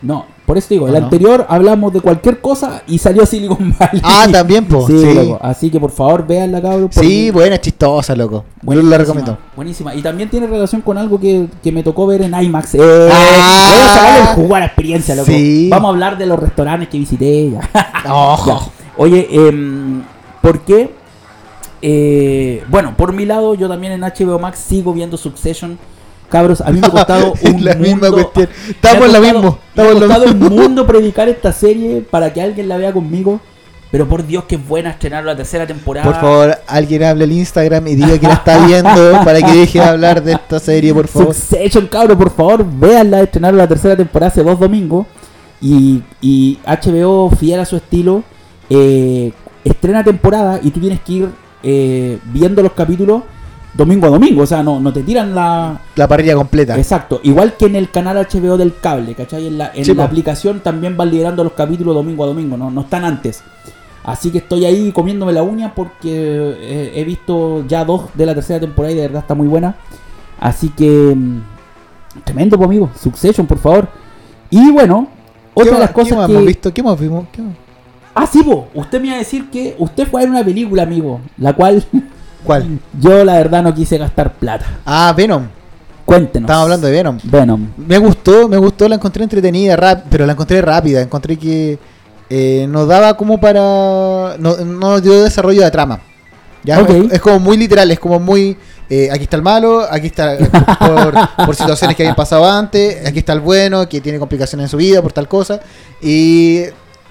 S1: No, por eso digo, el
S2: Ah, no.
S1: anterior hablamos de cualquier cosa y salió Silicon Valley.
S2: Ah,
S1: [laughs]
S2: también, po.
S1: Sí,
S2: Sí.
S1: loco, así que por favor véanla, cabros. por
S2: Sí,
S1: mí.
S2: buena, chistosa, loco. Yo
S1: Buenísima,
S2: la recomiendo.
S1: Buenísima. Y también tiene relación con algo que, que me tocó ver en IMAX. Eh,
S2: Ah.
S1: voy a sacarle el jugo a la experiencia, loco.
S2: Sí.
S1: Vamos a hablar de los restaurantes que visité. ya. Ya.
S2: Ojo.
S1: Oye, em, ¿por qué? Eh, bueno, por mi lado, yo también en HBO Max sigo viendo Succession. Cabros, a mí me ha costado
S2: [laughs] Es
S1: un
S2: la misma
S1: mundo-
S2: cuestión.
S1: me ha
S2: Estamos en lo
S1: costado-
S2: mismo.
S1: Me ha
S2: Estamos en lo
S1: costado un
S2: mismo. [laughs]
S1: mundo predicar esta serie para que alguien la vea conmigo. Pero por Dios, que es buena estrenar la tercera temporada.
S2: Por favor, alguien hable al Instagram y diga que la
S1: [laughs]
S2: está viendo para que deje de hablar de esta serie, por favor.
S1: Succession, cabros, por favor, véanla. Estrenaron la tercera temporada hace dos domingos. Y, y HBO, fiel a su estilo, eh, estrena temporada y tú tienes que ir eh, viendo los capítulos domingo a domingo, o sea, no, no te tiran la...
S2: La parrilla completa.
S1: Exacto, igual que en el canal HBO del cable, ¿cachai? En la, en
S2: Sí,
S1: la
S2: po.
S1: aplicación también van liderando los capítulos domingo a domingo, no, no están antes. Así que estoy ahí comiéndome la uña porque eh, he visto ya dos de la tercera temporada y de verdad está muy buena. Así que... mm, Tremendo, pues, amigo. Succession, por favor. Y bueno, otra
S2: ¿Qué
S1: de las
S2: más- qué
S1: cosas
S2: más
S1: que...
S2: hemos visto? ¿Qué más vimos? ¿Qué más?
S1: Ah, sí, po. Usted me iba a decir que usted fue a ver una película, amigo, la cual Mm.
S2: ¿Cuál?
S1: [laughs] yo la verdad no quise gastar plata.
S2: Ah, Venom.
S1: Cuéntenos.
S2: Estábamos hablando de Venom.
S1: Venom.
S2: Me gustó, me gustó, la encontré entretenida, rap, pero la encontré rápida. Encontré que eh, nos daba como para. No, no nos dio desarrollo de trama. ¿ya?
S1: Ok.
S2: Es, es como muy literal, es como muy. eh, aquí está el malo, aquí está. eh, Por, por situaciones que habían pasado antes, aquí está el bueno, que tiene complicaciones en su vida, por tal cosa. Y.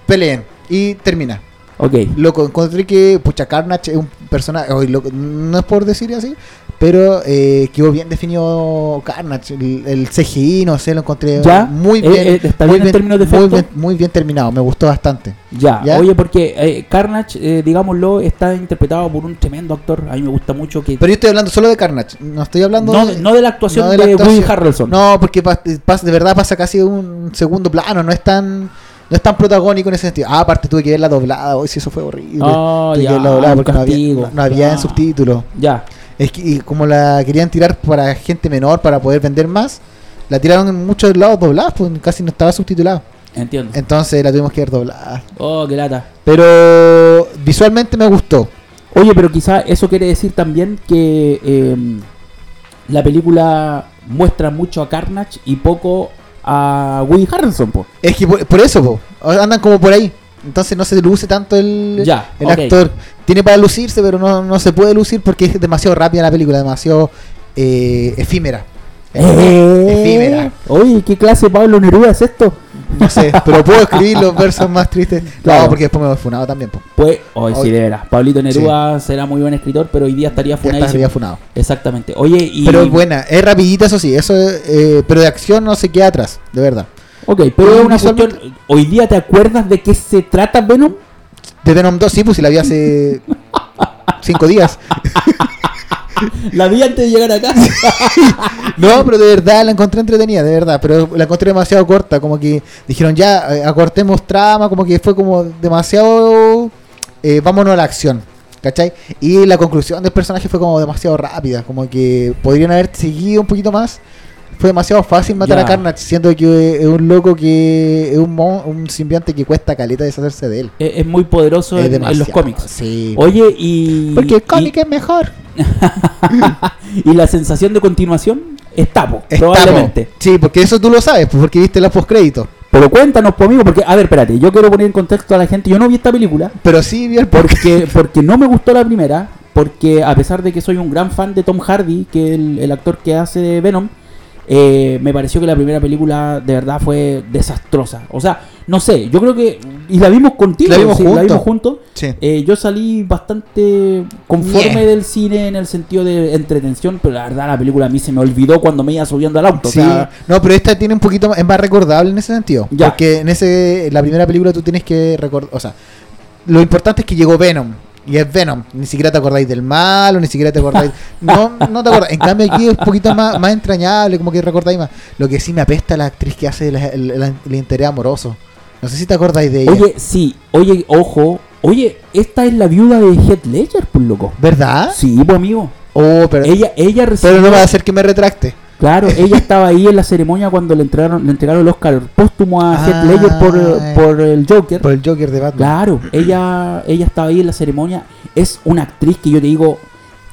S2: Peleen. Y termina.
S1: Ok.
S2: Loco, encontré que pucha Carnage es un personaje, oye, loco, no es por decir así, pero eh, quedó bien definido Carnage, el, el CGI, no sé, lo encontré
S1: ¿Ya?
S2: muy
S1: Eh,
S2: bien.
S1: eh, ¿está
S2: muy
S1: bien en términos de
S2: muy
S1: efecto?
S2: bien, muy bien terminado, me gustó bastante.
S1: Ya.
S2: ¿Ya?
S1: Oye, porque eh, Carnage, eh, digámoslo, está interpretado por un tremendo actor. A mí me gusta mucho que...
S2: Pero yo estoy hablando solo de Carnage, no estoy hablando
S1: no, no de la actuación
S2: no
S1: de,
S2: la actuación.
S1: Woody Harrelson.
S2: No, porque pas- pas- de verdad pasa casi a un segundo plano, no es tan no es tan protagónico en ese sentido. Ah, aparte tuve que verla doblada, hoy sí eso fue horrible.
S1: Ah,
S2: tuve
S1: ya,
S2: que verla doblada
S1: un
S2: porque no había,
S1: castigo.
S2: no- no había
S1: Ya.
S2: en subtítulos.
S1: Ya.
S2: Es que y como la querían tirar para gente menor para poder vender más, la tiraron en muchos lados doblada, pues casi no estaba subtitulada.
S1: Entiendo.
S2: Entonces la tuvimos que ver doblada.
S1: Oh, qué lata.
S2: Pero visualmente me gustó.
S1: Oye, pero quizá eso quiere decir también que eh, la película muestra mucho a Carnage y poco a Woody Harrelson, po.
S2: Es que por, por eso, po, andan como por ahí. Entonces no se luce tanto el,
S1: Ya,
S2: el
S1: ok.
S2: actor. Tiene para lucirse, pero no, no se puede lucir porque es demasiado rápida la película, demasiado eh, efímera.
S1: Oh.
S2: Efímera.
S1: Eh, Oye, ¿qué clase de Pablo Neruda es esto?
S2: No sé, pero puedo escribir los versos más tristes.
S1: Claro.
S2: No, porque después me voy funado también. Po.
S1: Pues, hoy sí,
S2: Oye.
S1: de veras. Pablito Neruda será muy buen escritor, pero hoy día estaría
S2: Ya está,
S1: funadísimo.
S2: había funado.
S1: Exactamente. Oye, y.
S2: Pero es buena, es rapidita, eso sí, eso es, eh, pero de acción no se queda atrás, de verdad.
S1: Ok, pero es una
S2: Visualmente-
S1: cuestión. ¿Hoy día te acuerdas de qué se trata Venom?
S2: De Venom 2, sí, pues si la vi hace cinco días.
S1: La vi antes de llegar acá.
S2: No, pero de verdad la encontré entretenida, de verdad, pero la encontré demasiado corta, como que dijeron ya, eh, acortemos trama, como que fue como demasiado, eh, vámonos a la acción, ¿cachai? Y la conclusión del personaje fue como demasiado rápida, como que podrían haber seguido un poquito más. Fue demasiado fácil matar
S1: Ya.
S2: a Carnage, siendo que eh, es un loco que es un, mon- un simbionte que cuesta caleta deshacerse de él.
S1: [laughs] es, es muy poderoso
S2: Es
S1: en- en, los
S2: demasiado,
S1: cómics.
S2: Sí.
S1: Oye, y.
S2: Porque el
S1: y-
S2: cómic es mejor.
S1: Y la sensación de continuación está, po, probablemente.
S2: Estamos. Sí, porque eso tú lo sabes, pues, porque viste los postcréditos.
S1: Pero cuéntanos, pues, amigo, porque, a ver, espérate, yo quiero poner en contexto a la gente. Yo no vi esta película
S2: Pero sí vi el porque
S1: porque, porque no me gustó la primera, porque a pesar de que soy un gran fan de Tom Hardy, que es el, el actor que hace de Venom, eh, me pareció que la primera película de verdad fue desastrosa. O sea, no sé, yo creo que... Y la vimos contigo,
S2: La vimos
S1: sí,
S2: juntos.
S1: juntos.
S2: Sí.
S1: Eh, yo salí bastante conforme
S2: Bien.
S1: del cine en el sentido de entretención, pero la verdad la película a mí se me olvidó cuando me iba subiendo al auto. o sea,
S2: no, pero esta tiene un poquito más, es más recordable en ese sentido.
S1: Ya.
S2: Porque en ese en la primera película tú tienes que recordar, o sea, lo importante es que llegó Venom y es Venom, ni siquiera te acordáis del malo, ni siquiera
S1: [laughs]
S2: te acordáis. No, no te acordáis. En cambio aquí es un poquito más, más entrañable, como que recordáis más. Lo que sí me apesta la actriz que hace la- el, el- el interés amoroso. No sé si te acordáis de ella.
S1: Oye, sí, oye, ojo, oye, esta es la viuda de Heath Ledger, pues loco.
S2: ¿Verdad?
S1: Sí, pues amigo.
S2: Oh, pero,
S1: Ella, ella recibió,
S2: pero no va a hacer que me retracte.
S1: claro, ella estaba ahí en la ceremonia cuando le entregaron, le entregaron el Oscar póstumo a
S2: Ah,
S1: Heath Ledger por, eh, por el Joker.
S2: Por el Joker de Batman.
S1: Claro, ella, ella estaba ahí en la ceremonia. Es una actriz que yo te digo,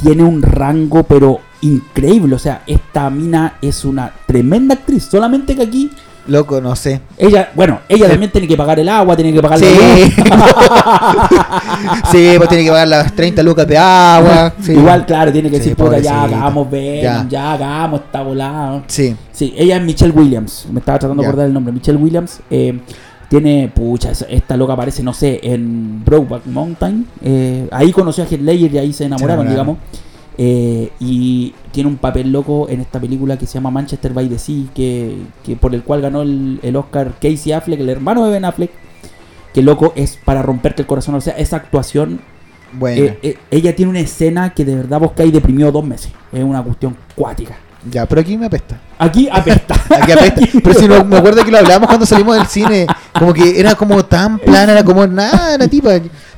S1: tiene un rango, pero increíble. O sea, esta mina es una tremenda actriz. Solamente que aquí,
S2: Loco, no sé.
S1: ella, bueno, ella también tiene que pagar el agua, tiene que pagar la luz.
S2: Sí. [laughs] sí, pues tiene que pagar las 30 lucas de agua. sí.
S1: Igual, claro, tiene que
S2: Sí,
S1: decir, puta, ya
S2: pobrecita.
S1: hagamos, ven, ya.
S2: Ya.
S1: hagamos, está volado.
S2: Sí.
S1: Sí, ella es Michelle Williams. Me estaba tratando de
S2: Ya.
S1: acordar el nombre. Michelle Williams eh, tiene, pucha, esa- esta loca aparece, no sé, en Brokeback Mountain. Eh, ahí conoció a Heath Ledger y ahí se enamoraron, digamos.
S2: enamoraron.
S1: Eh, y tiene un papel loco en esta película que se llama Manchester by the Sea, que, que por el cual ganó el, el Oscar Casey Affleck, el hermano de Ben Affleck. Que loco es para romperte el corazón. O sea, esa actuación
S2: Bueno,
S1: Eh, eh, ella tiene una escena que de verdad vos caes deprimido dos meses. Es una cuestión cuática.
S2: ya, pero aquí me apesta.
S1: Aquí apesta.
S2: [laughs]
S1: [laughs]
S2: Aquí apesta. Pero si no, me acuerdo que lo hablamos cuando salimos del cine, como que era como tan plana, era como nada, la tipa.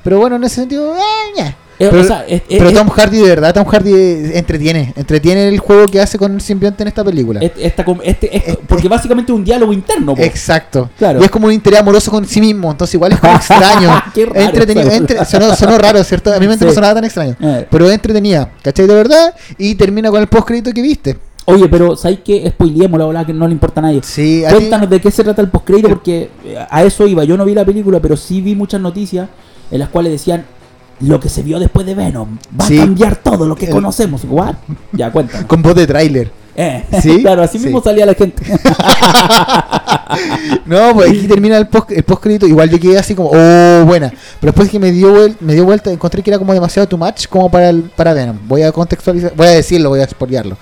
S2: Pero bueno, en ese sentido, ah, ya.
S1: Eh,
S2: Pero-
S1: o sea, es- es-
S2: Pero
S1: es-
S2: Tom Hardy, de verdad, Tom Hardy entretiene. Entretiene el juego que hace con el simbionte en esta película.
S1: es- esta com- este- es-
S2: es-
S1: porque básicamente es un diálogo interno. po.
S2: Exacto.
S1: Claro.
S2: Y es como un interés amoroso con sí mismo, entonces igual
S1: [laughs]
S2: es como extraño.
S1: Qué raro,
S2: Es entretenido.
S1: claro.
S2: entre- sonó, sonó raro, ¿cierto? A mí me
S1: Sí.
S2: no sonaba tan extraño.
S1: Eh.
S2: Pero es entretenida, ¿cachai? De verdad. Y termina con el postcrédito que viste.
S1: Oye, pero ¿sabes qué? Spoileemos la bola que no le importa a nadie.
S2: Sí, a ti-
S1: Cuéntanos de qué se trata el postcrédito, porque eh, a eso iba. Yo no vi la película, pero sí vi muchas noticias en las cuales decían lo que se vio después de Venom va
S2: Sí. Eh.
S1: a cambiar todo lo que
S2: El-
S1: conocemos. ¿What? Ya,
S2: [laughs]
S1: cuéntanos.
S2: con voz de tráiler.
S1: Eh, [laughs]
S2: Sí,
S1: claro, así
S2: sí.
S1: mismo salía la gente.
S2: No, pues aquí termina el post el postcrédito. Igual yo quedé así como, oh, buena. Pero después que me dio, vuel- me dio vuelta, encontré que era como demasiado too much como para, el, para Venom. Voy a contextualizar, voy a decirlo, voy a expoliarlo.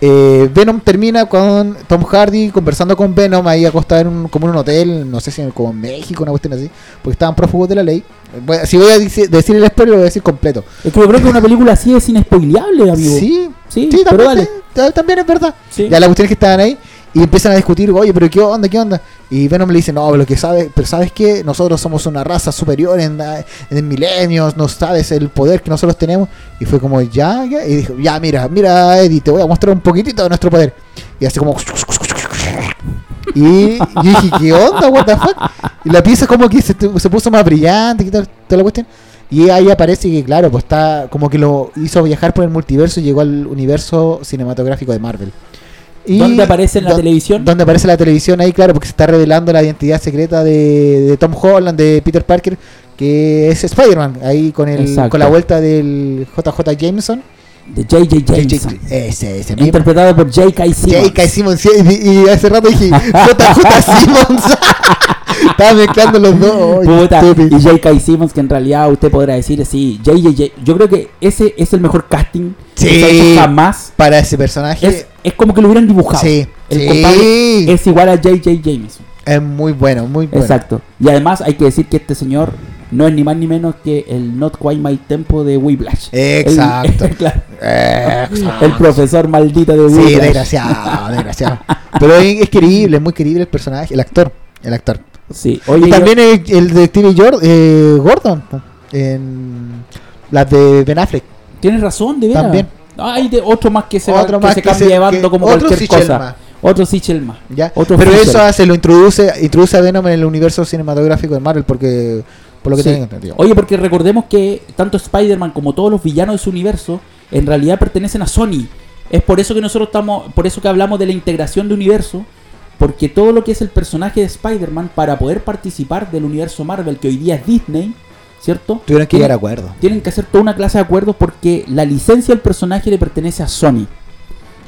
S2: Eh, Venom termina con Tom Hardy conversando con Venom ahí acostado en un, como en un hotel, no sé si en, como en México, una cuestión así, porque estaban prófugos de la ley. Voy a- si voy a dice- decir el spoiler, lo voy a decir completo.
S1: Es que yo creo que una película así es inespoileable, amigo.
S2: Sí,
S1: sí,
S2: sí,
S1: pero
S2: también,
S1: dale.
S2: ta- también es verdad.
S1: Sí.
S2: Ya la cuestión es que estaban ahí y empiezan a discutir, oye, pero qué onda, qué onda. Y Venom le dice, no, pero que sabes, pero sabes que nosotros somos una raza superior en, la- en milenios, no sabes el poder que nosotros tenemos. Y fue como, ya, ya. Y dijo, ya, mira, mira, Eddie, te voy a mostrar un poquitito de nuestro poder. Y
S1: [laughs]
S2: hace como. Y yo dije, ¿qué onda, what the fuck? Y la pieza como que se, tu- se puso más brillante, que tal, toda la cuestión. Y ahí aparece que, claro, pues está como que lo hizo viajar por el multiverso y llegó al universo cinematográfico de Marvel.
S1: ¿Dónde aparece en la
S2: don-
S1: televisión?
S2: Donde aparece la televisión ahí, claro, porque se está revelando la identidad secreta de, de Tom Holland, de Peter Parker, que es Spider-Man, ahí con, el,
S1: Exacto.
S2: con la vuelta del JJ Jameson.
S1: De J.J. Jameson.
S2: J.J. Ese, ese mismo.
S1: Interpretado por J.K. Simmons.
S2: J.K. Simmons, sí, y, y hace rato
S1: [laughs]
S2: dije JJ Simmons. [laughs] Estaba mezclando los dos. Ay,
S1: Puta,
S2: estúpido.
S1: y J.K. Simmons, que en realidad usted podrá decir, sí, J.J. Yo creo que ese es el mejor casting que se ha
S2: Sí.
S1: hecho jamás.
S2: Para ese personaje
S1: Es, es como que lo hubieran dibujado.
S2: Sí,
S1: El
S2: sí.
S1: compadre es igual a J.J. Jameson.
S2: es muy bueno, muy bueno.
S1: Exacto. Y además hay que decir que este señor no es ni más ni menos que el Not Quite My Tempo de Whiplash. El-
S2: Exacto.
S1: [laughs] claro,
S2: Exacto.
S1: el profesor maldito de
S2: Sí,
S1: Whiplash.
S2: desgraciado, desgraciado. Pero es, es querible, es muy querible el personaje, el actor, el actor.
S1: Sí,
S2: Y
S1: Oye,
S2: también el, el detective Jord- eh, Gordon, en las de Ben Affleck.
S1: yo- tienes razón, de veras.
S2: También.
S1: Hay de, otro más que se, va-
S2: Otro
S1: que
S2: más
S1: se
S2: que
S1: cambia
S2: se-
S1: de bando
S2: que-
S1: como
S2: otro
S1: cualquier
S2: Sichel
S1: cosa.
S2: más.
S1: Otro Sichel más.
S2: ¿ya?
S1: Otro
S2: Pero
S1: Fisher.
S2: eso hace, lo introduce, introduce a Venom en el universo cinematográfico de Marvel, porque por lo que
S1: Sí.
S2: tengo entendido.
S1: Oye, porque recordemos que tanto Spider-Man como todos los villanos de su universo en realidad pertenecen a Sony. Es por eso que nosotros estamos, por eso que hablamos de la integración de universo, porque todo lo que es el personaje de Spider-Man para poder participar del universo Marvel que hoy día es Disney, ¿cierto?
S2: Tuvieron que
S1: Tienen-
S2: llegar a acuerdo.
S1: Tienen que hacer toda una clase de acuerdos porque la licencia del personaje le pertenece a Sony.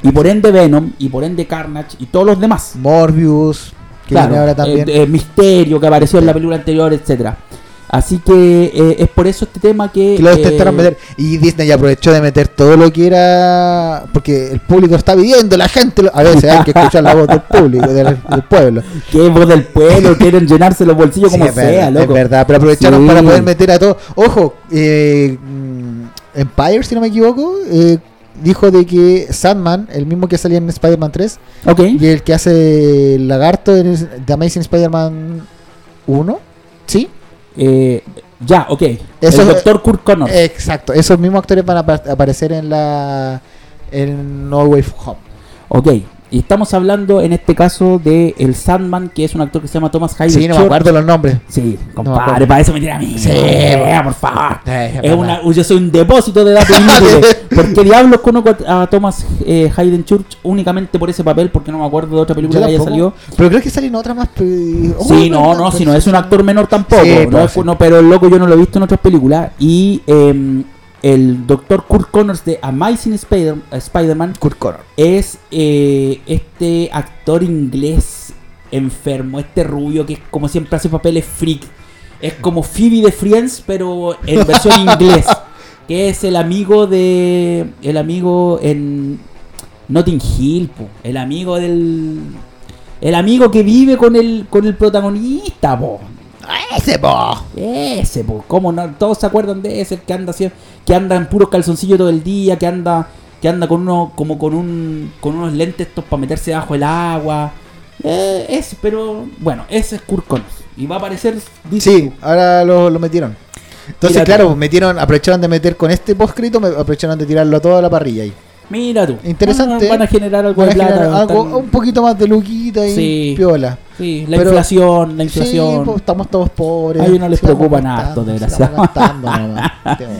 S1: Y por ende Venom, y por ende Carnage, y todos los demás.
S2: Morbius, que
S1: Claro,
S2: viene ahora también.
S1: eh, eh, Misterio que apareció en la película anterior, etcétera. Así que eh, es por eso este tema que.
S2: que lo
S1: eh,
S2: intentaron meter. Y Disney aprovechó de meter todo lo que era. Porque el público está pidiendo, la gente. lo- A veces hay que escuchar la voz del público, del, del
S1: [laughs]
S2: pueblo.
S1: Que voz del pueblo, [laughs] quieren llenarse los bolsillos
S2: Sí,
S1: como
S2: es,
S1: sea,
S2: verdad,
S1: loco.
S2: es verdad, pero aprovecharon
S1: Sí.
S2: para poder meter a todos. Ojo, eh, mm, Empire, si no me equivoco, eh, dijo de que Sandman, el mismo que salía en Spider-Man 3,
S1: Ok.
S2: y el que hace el lagarto en el- The Amazing Spider-Man 1, ¿sí?
S1: eh, ya, ok.
S2: Eso- eh,
S1: el doctor Kurt Connors.
S2: Exacto, esos mismos actores van a apa- aparecer en la en No Way Home.
S1: ok. Y estamos hablando en este caso de El Sandman, que es un actor que se llama Thomas Hyde.
S2: Sí, no me
S1: Church.
S2: acuerdo los nombres.
S1: Sí,
S2: No me
S1: compadre,
S2: acuerdo.
S1: para eso me tira a mí.
S2: Sí,
S1: Eh, por favor.
S2: Eh,
S1: Es
S2: verdad.
S1: una, yo soy un depósito de datos
S2: [laughs]
S1: inútiles. ¿Por qué diablos conozco a a Thomas eh, Hayden Church únicamente por ese papel? Porque no me acuerdo de otra película
S2: Yo
S1: que haya
S2: tampoco,
S1: salido.
S2: Pero creo que salen otras más. pe- oh,
S1: sí, no,
S2: verdad,
S1: no,
S2: pues,
S1: si no es un actor menor tampoco.
S2: Sí,
S1: no
S2: pues,
S1: es-
S2: sí.
S1: no, pero el loco yo no lo he visto en otras películas. Y eh, el doctor Kurt Connors de Amazing Spider- Spider-Man
S2: Kurt Connor.
S1: es eh, este actor inglés enfermo, este rubio que como siempre hace papeles freak. Es como Phoebe de Friends, pero en versión inglés. Que es el amigo de. El amigo en. Notting Hill, po. El amigo del. El amigo que vive con el, con el protagonista, po.
S2: ¡Ese, po!
S1: Ese, pues, cómo no, todos se acuerdan de ese que anda así- que anda en puros calzoncillos todo el día, que anda que anda con uno como con un con unos lentes estos para meterse bajo el agua. Eh, ese, pero bueno, ese es Kurt Connors. y va a aparecer dice,
S2: Sí, ahora lo, lo metieron. Entonces,
S1: Mira tú.
S2: claro, metieron, aprovecharon de meter con este poscrito, me- aprovecharon de tirarlo a toda la parrilla ahí.
S1: Mira tú. Van
S2: Interesante.
S1: a, van a generar algo
S2: Van a
S1: de plata,
S2: generar algo,
S1: están-
S2: un poquito más de luquita y
S1: Sí.
S2: piola.
S1: sí, la
S2: pero-
S1: inflación, la
S2: Sí,
S1: inflación.
S2: pues, estamos todos pobres.
S1: A ellos no les
S2: sigamos
S1: preocupa
S2: gastando,
S1: nada, estos
S2: sigamos
S1: desgraciados.
S2: gastando nomás, te vale.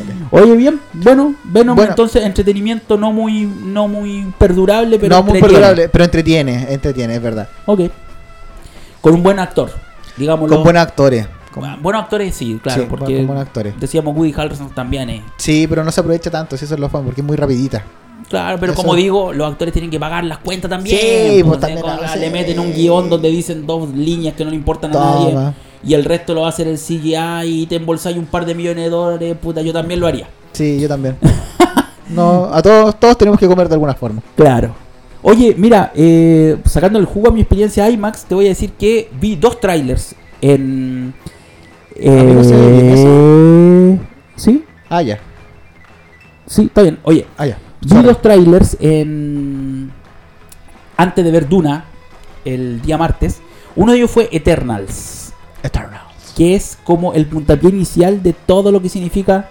S1: Oye, bien, bueno, Venom,
S2: Bueno.
S1: entonces entretenimiento no muy no muy perdurable, pero
S2: no, muy
S1: entretiene.
S2: perdurable, pero entretiene, entretiene, es verdad.
S1: Ok. Con un buen actor, digámoslo.
S2: Con buenos actores. Con-
S1: Bueno, buenos actores sí, claro,
S2: sí,
S1: porque
S2: con buenos actores.
S1: decíamos Woody Harrelson también eh. es.
S2: Sí, pero no se aprovecha tanto, si eso es lo fan, porque es muy rapidita.
S1: Claro, pero
S2: Eso.
S1: como digo, los actores tienen que pagar las cuentas también.
S2: Sí,
S1: pues,
S2: pues, también,
S1: como
S2: ah,
S1: Le
S2: sí.
S1: meten un guión donde dicen dos líneas que no le importan a nadie
S2: Toma.
S1: y el resto lo va a hacer el CGI y te embolsáis un par de millones de dólares, puta, yo también lo haría.
S2: Sí, yo
S1: [laughs]
S2: también. no, a todos, todos tenemos que comer de alguna forma.
S1: Claro. Oye, mira, eh, sacando el jugo a mi experiencia IMAX, te voy a decir que vi dos trailers en... eh,
S2: Amigo, ¿se ve bien
S1: ¿Sí?
S2: Ah, ya,
S1: Sí, está bien. Oye,
S2: ah, ya.
S1: Vi
S2: Sorry.
S1: los trailers en. Antes de ver Duna, el día martes. Uno de ellos fue Eternals,
S2: Eternals.
S1: que es como el puntapié inicial de todo lo que significa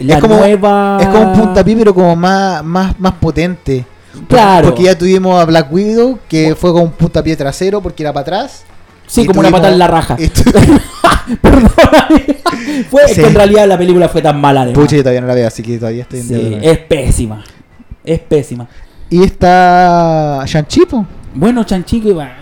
S1: la
S2: Es como-
S1: nueva.
S2: Es como un puntapié, pero como más, más, más potente.
S1: Claro.
S2: Porque ya tuvimos a Black Widow, que fue con un puntapié trasero porque era para atrás.
S1: Sí,
S2: y
S1: como una
S2: tuvimos-
S1: patada en la raja. [laughs]
S2: y tu- [laughs]
S1: Perdóname. fue es
S2: Sí.
S1: que en realidad la película fue tan mala de.
S2: Pucha, yo todavía no la veo, así que todavía estoy en deuda con él.
S1: es pésima. Es pésima.
S2: Y está Shang-Chi, po.
S1: Bueno, Chanchi que va.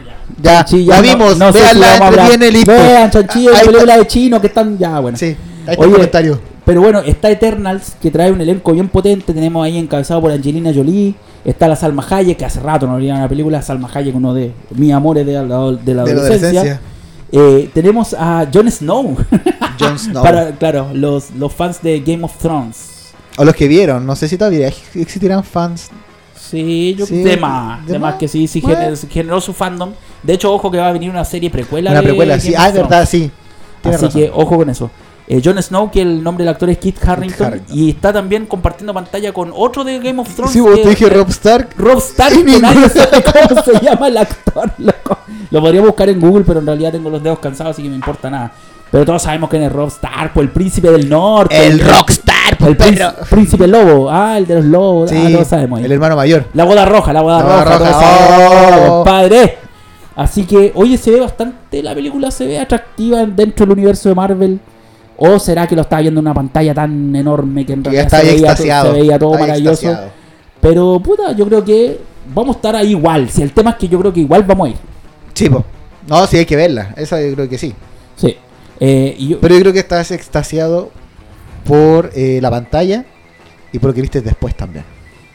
S2: Ya,
S1: Chanchi,
S2: ya
S1: no-
S2: vimos.
S1: no sé si
S2: Veanla,
S1: vamos a hablar.
S2: entretiene, listo.
S1: Vean, Chanchi,
S2: Ahí
S1: es
S2: está.
S1: película de chino que están ya, bueno.
S2: Sí, ahí está
S1: Oye,
S2: el comentario.
S1: Pero bueno, está Eternals, que trae un elenco bien potente. Tenemos ahí encabezado por Angelina Jolie. Está la Salma Hayek, que hace rato no veía una película. Salma Hayek, uno de mis amores de la, de la
S2: De la
S1: adolescencia.
S2: adolescencia.
S1: [laughs] Eh, tenemos a Jon Snow. [laughs]
S2: Jon Snow.
S1: Para, claro, los, los fans de Game of Thrones.
S2: O los que vieron, no sé si todavía ex- existirán fans.
S1: Sí, yo
S2: Sí,
S1: de más,
S2: de
S1: de más
S2: más.
S1: que sí, sí
S2: Bueno.
S1: gener- generó su fandom. De hecho, ojo que va a venir una serie precuela.
S2: una
S1: de
S2: precuela, sí.
S1: Game of
S2: Ah, es
S1: Thrones.
S2: verdad, sí. Tienes
S1: Así
S2: razón.
S1: que ojo con eso. Eh, Jon Snow, que el nombre del actor es Kit Harrington,
S2: Harington.
S1: y está también compartiendo pantalla con otro de Game of Thrones.
S2: Sí, vos
S1: que-
S2: te dije Rob Stark.
S1: Rob Stark,
S2: Sí,
S1: que nadie
S2: ninguno. [laughs]
S1: sabe cómo se llama el actor, loco. Lo podría buscar en Google, pero en realidad tengo los dedos cansados, así que me importa nada. Pero todos sabemos quién es Rob Stark, pues el príncipe del norte.
S2: El Rockstar,
S1: El
S2: pues, Pedro.
S1: príncipe, príncipe lobo. Ah, el de los lobos. ah,
S2: Sí,
S1: todos sabemos. ahí.
S2: el hermano mayor.
S1: La boda roja, la boda
S2: La
S1: roja,
S2: boda
S1: todos
S2: roja,
S1: sabemos,
S2: oh.
S1: compadre. Así que, oye, se ve bastante, la película se ve atractiva dentro del universo de Marvel. ¿O será que lo estaba viendo en una pantalla tan enorme que en
S2: Que ya
S1: realidad
S2: está
S1: se,
S2: ahí
S1: veía, to-
S2: extasiado.
S1: se veía todo
S2: está ahí
S1: maravilloso?
S2: extasiado.
S1: Pero, puta, yo creo que vamos a estar ahí igual. Si el tema es que yo creo que igual vamos a ir.
S2: Sí, po. No, sí, hay que verla. Esa yo creo que sí.
S1: Sí. Eh, y yo-
S2: Pero yo creo que estás extasiado por eh, la pantalla y por lo que viste después también.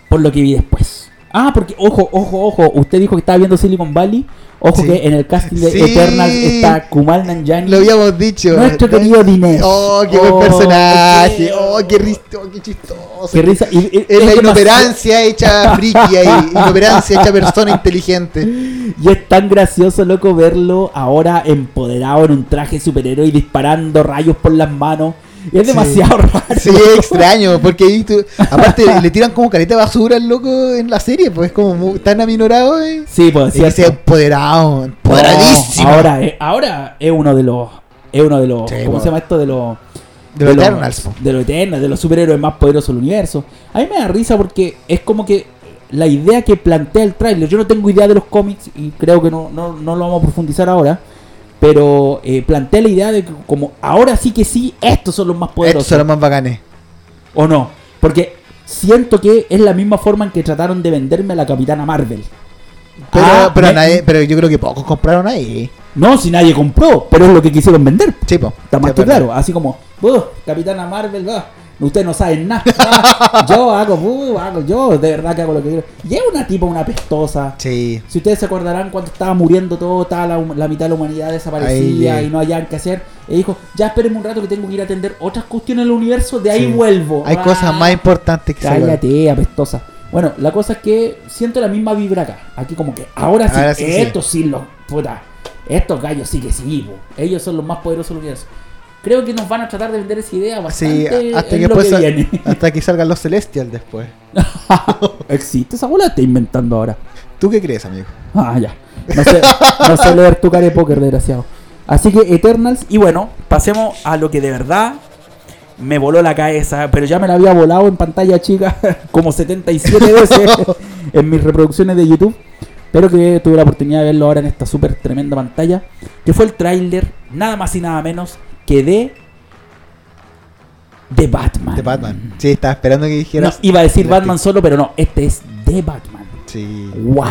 S1: por lo que vi después. Ah, porque, ojo, ojo, ojo. Usted dijo que estaba viendo Silicon Valley. Ojo
S2: Sí.
S1: que en el casting de
S2: Sí.
S1: Eternals está Kumal Nanjiani.
S2: Lo habíamos dicho.
S1: Nuestro
S2: ¿no?
S1: querido Dinesh.
S2: Oh, qué buen
S1: Oh,
S2: personaje.
S1: qué-
S2: Oh, qué, risto- qué chistoso.
S1: Qué risa. Y- y-
S2: Es la
S1: demasiado-
S2: inoperancia hecha friki ahí. Inoperancia hecha
S1: [laughs]
S2: persona inteligente.
S1: Y es tan gracioso, loco, verlo ahora empoderado en un traje superhéroe y disparando rayos por las manos. Es
S2: Sí.
S1: demasiado [laughs] raro.
S2: Sí, es extraño. Porque ahí tú- aparte le tiran como careta de basura al loco en la serie. Pues es como muy- tan aminorado. Eh.
S1: Sí, pues
S2: Y
S1: cierto.
S2: dice empoderado. Empoderadísimo.
S1: No, ahora, es, ahora es uno de los. Es uno de los.
S2: Sí, pues.
S1: ¿Cómo
S2: po.
S1: se llama esto? De los.
S2: de los Eternals. po.
S1: De los Eternals, de los superhéroes más poderosos del universo. A mí me da risa porque es como que la idea que plantea el tráiler. Yo no tengo idea de los cómics y creo que no, no, no lo vamos a profundizar ahora. Pero eh, plantea la idea de que, como ahora sí que sí, estos son los más poderosos.
S2: Estos son los más bacanes.
S1: ¿O no? Porque siento que es la misma forma en que trataron de venderme a la Capitana Marvel.
S2: Pero,
S1: Ah,
S2: pero,
S1: me-
S2: nadie, pero yo creo que pocos compraron ahí.
S1: No, si nadie compró, pero es lo que quisieron vender.
S2: Sí, po.
S1: Está más
S2: Sí,
S1: que
S2: es verdad.
S1: claro, así como, "Uh, Capitana Marvel, ah, ustedes no saben nada. ah, yo hago, uh, hago, yo de verdad que hago lo que quiero. Y es una tipa, una pestosa.
S2: Sí.
S1: Si ustedes se acordarán cuando estaba muriendo todo, estaba la, hum- la mitad de la humanidad desaparecida
S2: Ahí, sí.
S1: y no hallaban que hacer. Y dijo, ya espérenme un rato que tengo que ir a atender otras cuestiones del universo, de ahí
S2: Sí.
S1: vuelvo.
S2: Hay
S1: Ah,
S2: cosas más importantes que salvar.
S1: Cállate, apestosa. Bueno, la cosa es que siento la misma vibra acá. Aquí como que ahora sí,
S2: Ahora sí, sí.
S1: esto sí, lo puta. Estos gallos sí que sí, po. ellos son los más poderosos del universo. Creo que nos van a tratar de vender esa idea
S2: Sí,
S1: bastante
S2: a- hasta
S1: en
S2: que,
S1: lo
S2: después
S1: que
S2: sal- [laughs]
S1: viene.
S2: hasta que salgan los Celestials después.
S1: ¿Existe esa bola? Está inventando ahora.
S2: ¿Tú qué crees, amigo?
S1: Ah, ya. No sé, no sé leer tu cara de póker, desgraciado. Así que Eternals, y bueno, pasemos a lo que de verdad me voló la cabeza, pero ya me la había volado en pantalla chica [laughs] como 77
S2: [laughs]
S1: veces en mis reproducciones de YouTube, pero que tuve la oportunidad de verlo ahora en esta súper tremenda pantalla, que fue el tráiler, nada más y nada menos, que de... De Batman.
S2: De Batman. Sí, estaba esperando que
S1: No,
S2: dijeras.
S1: iba a decir Batman solo, pero no, este es de Batman.
S2: Sí.
S1: ¡Wow!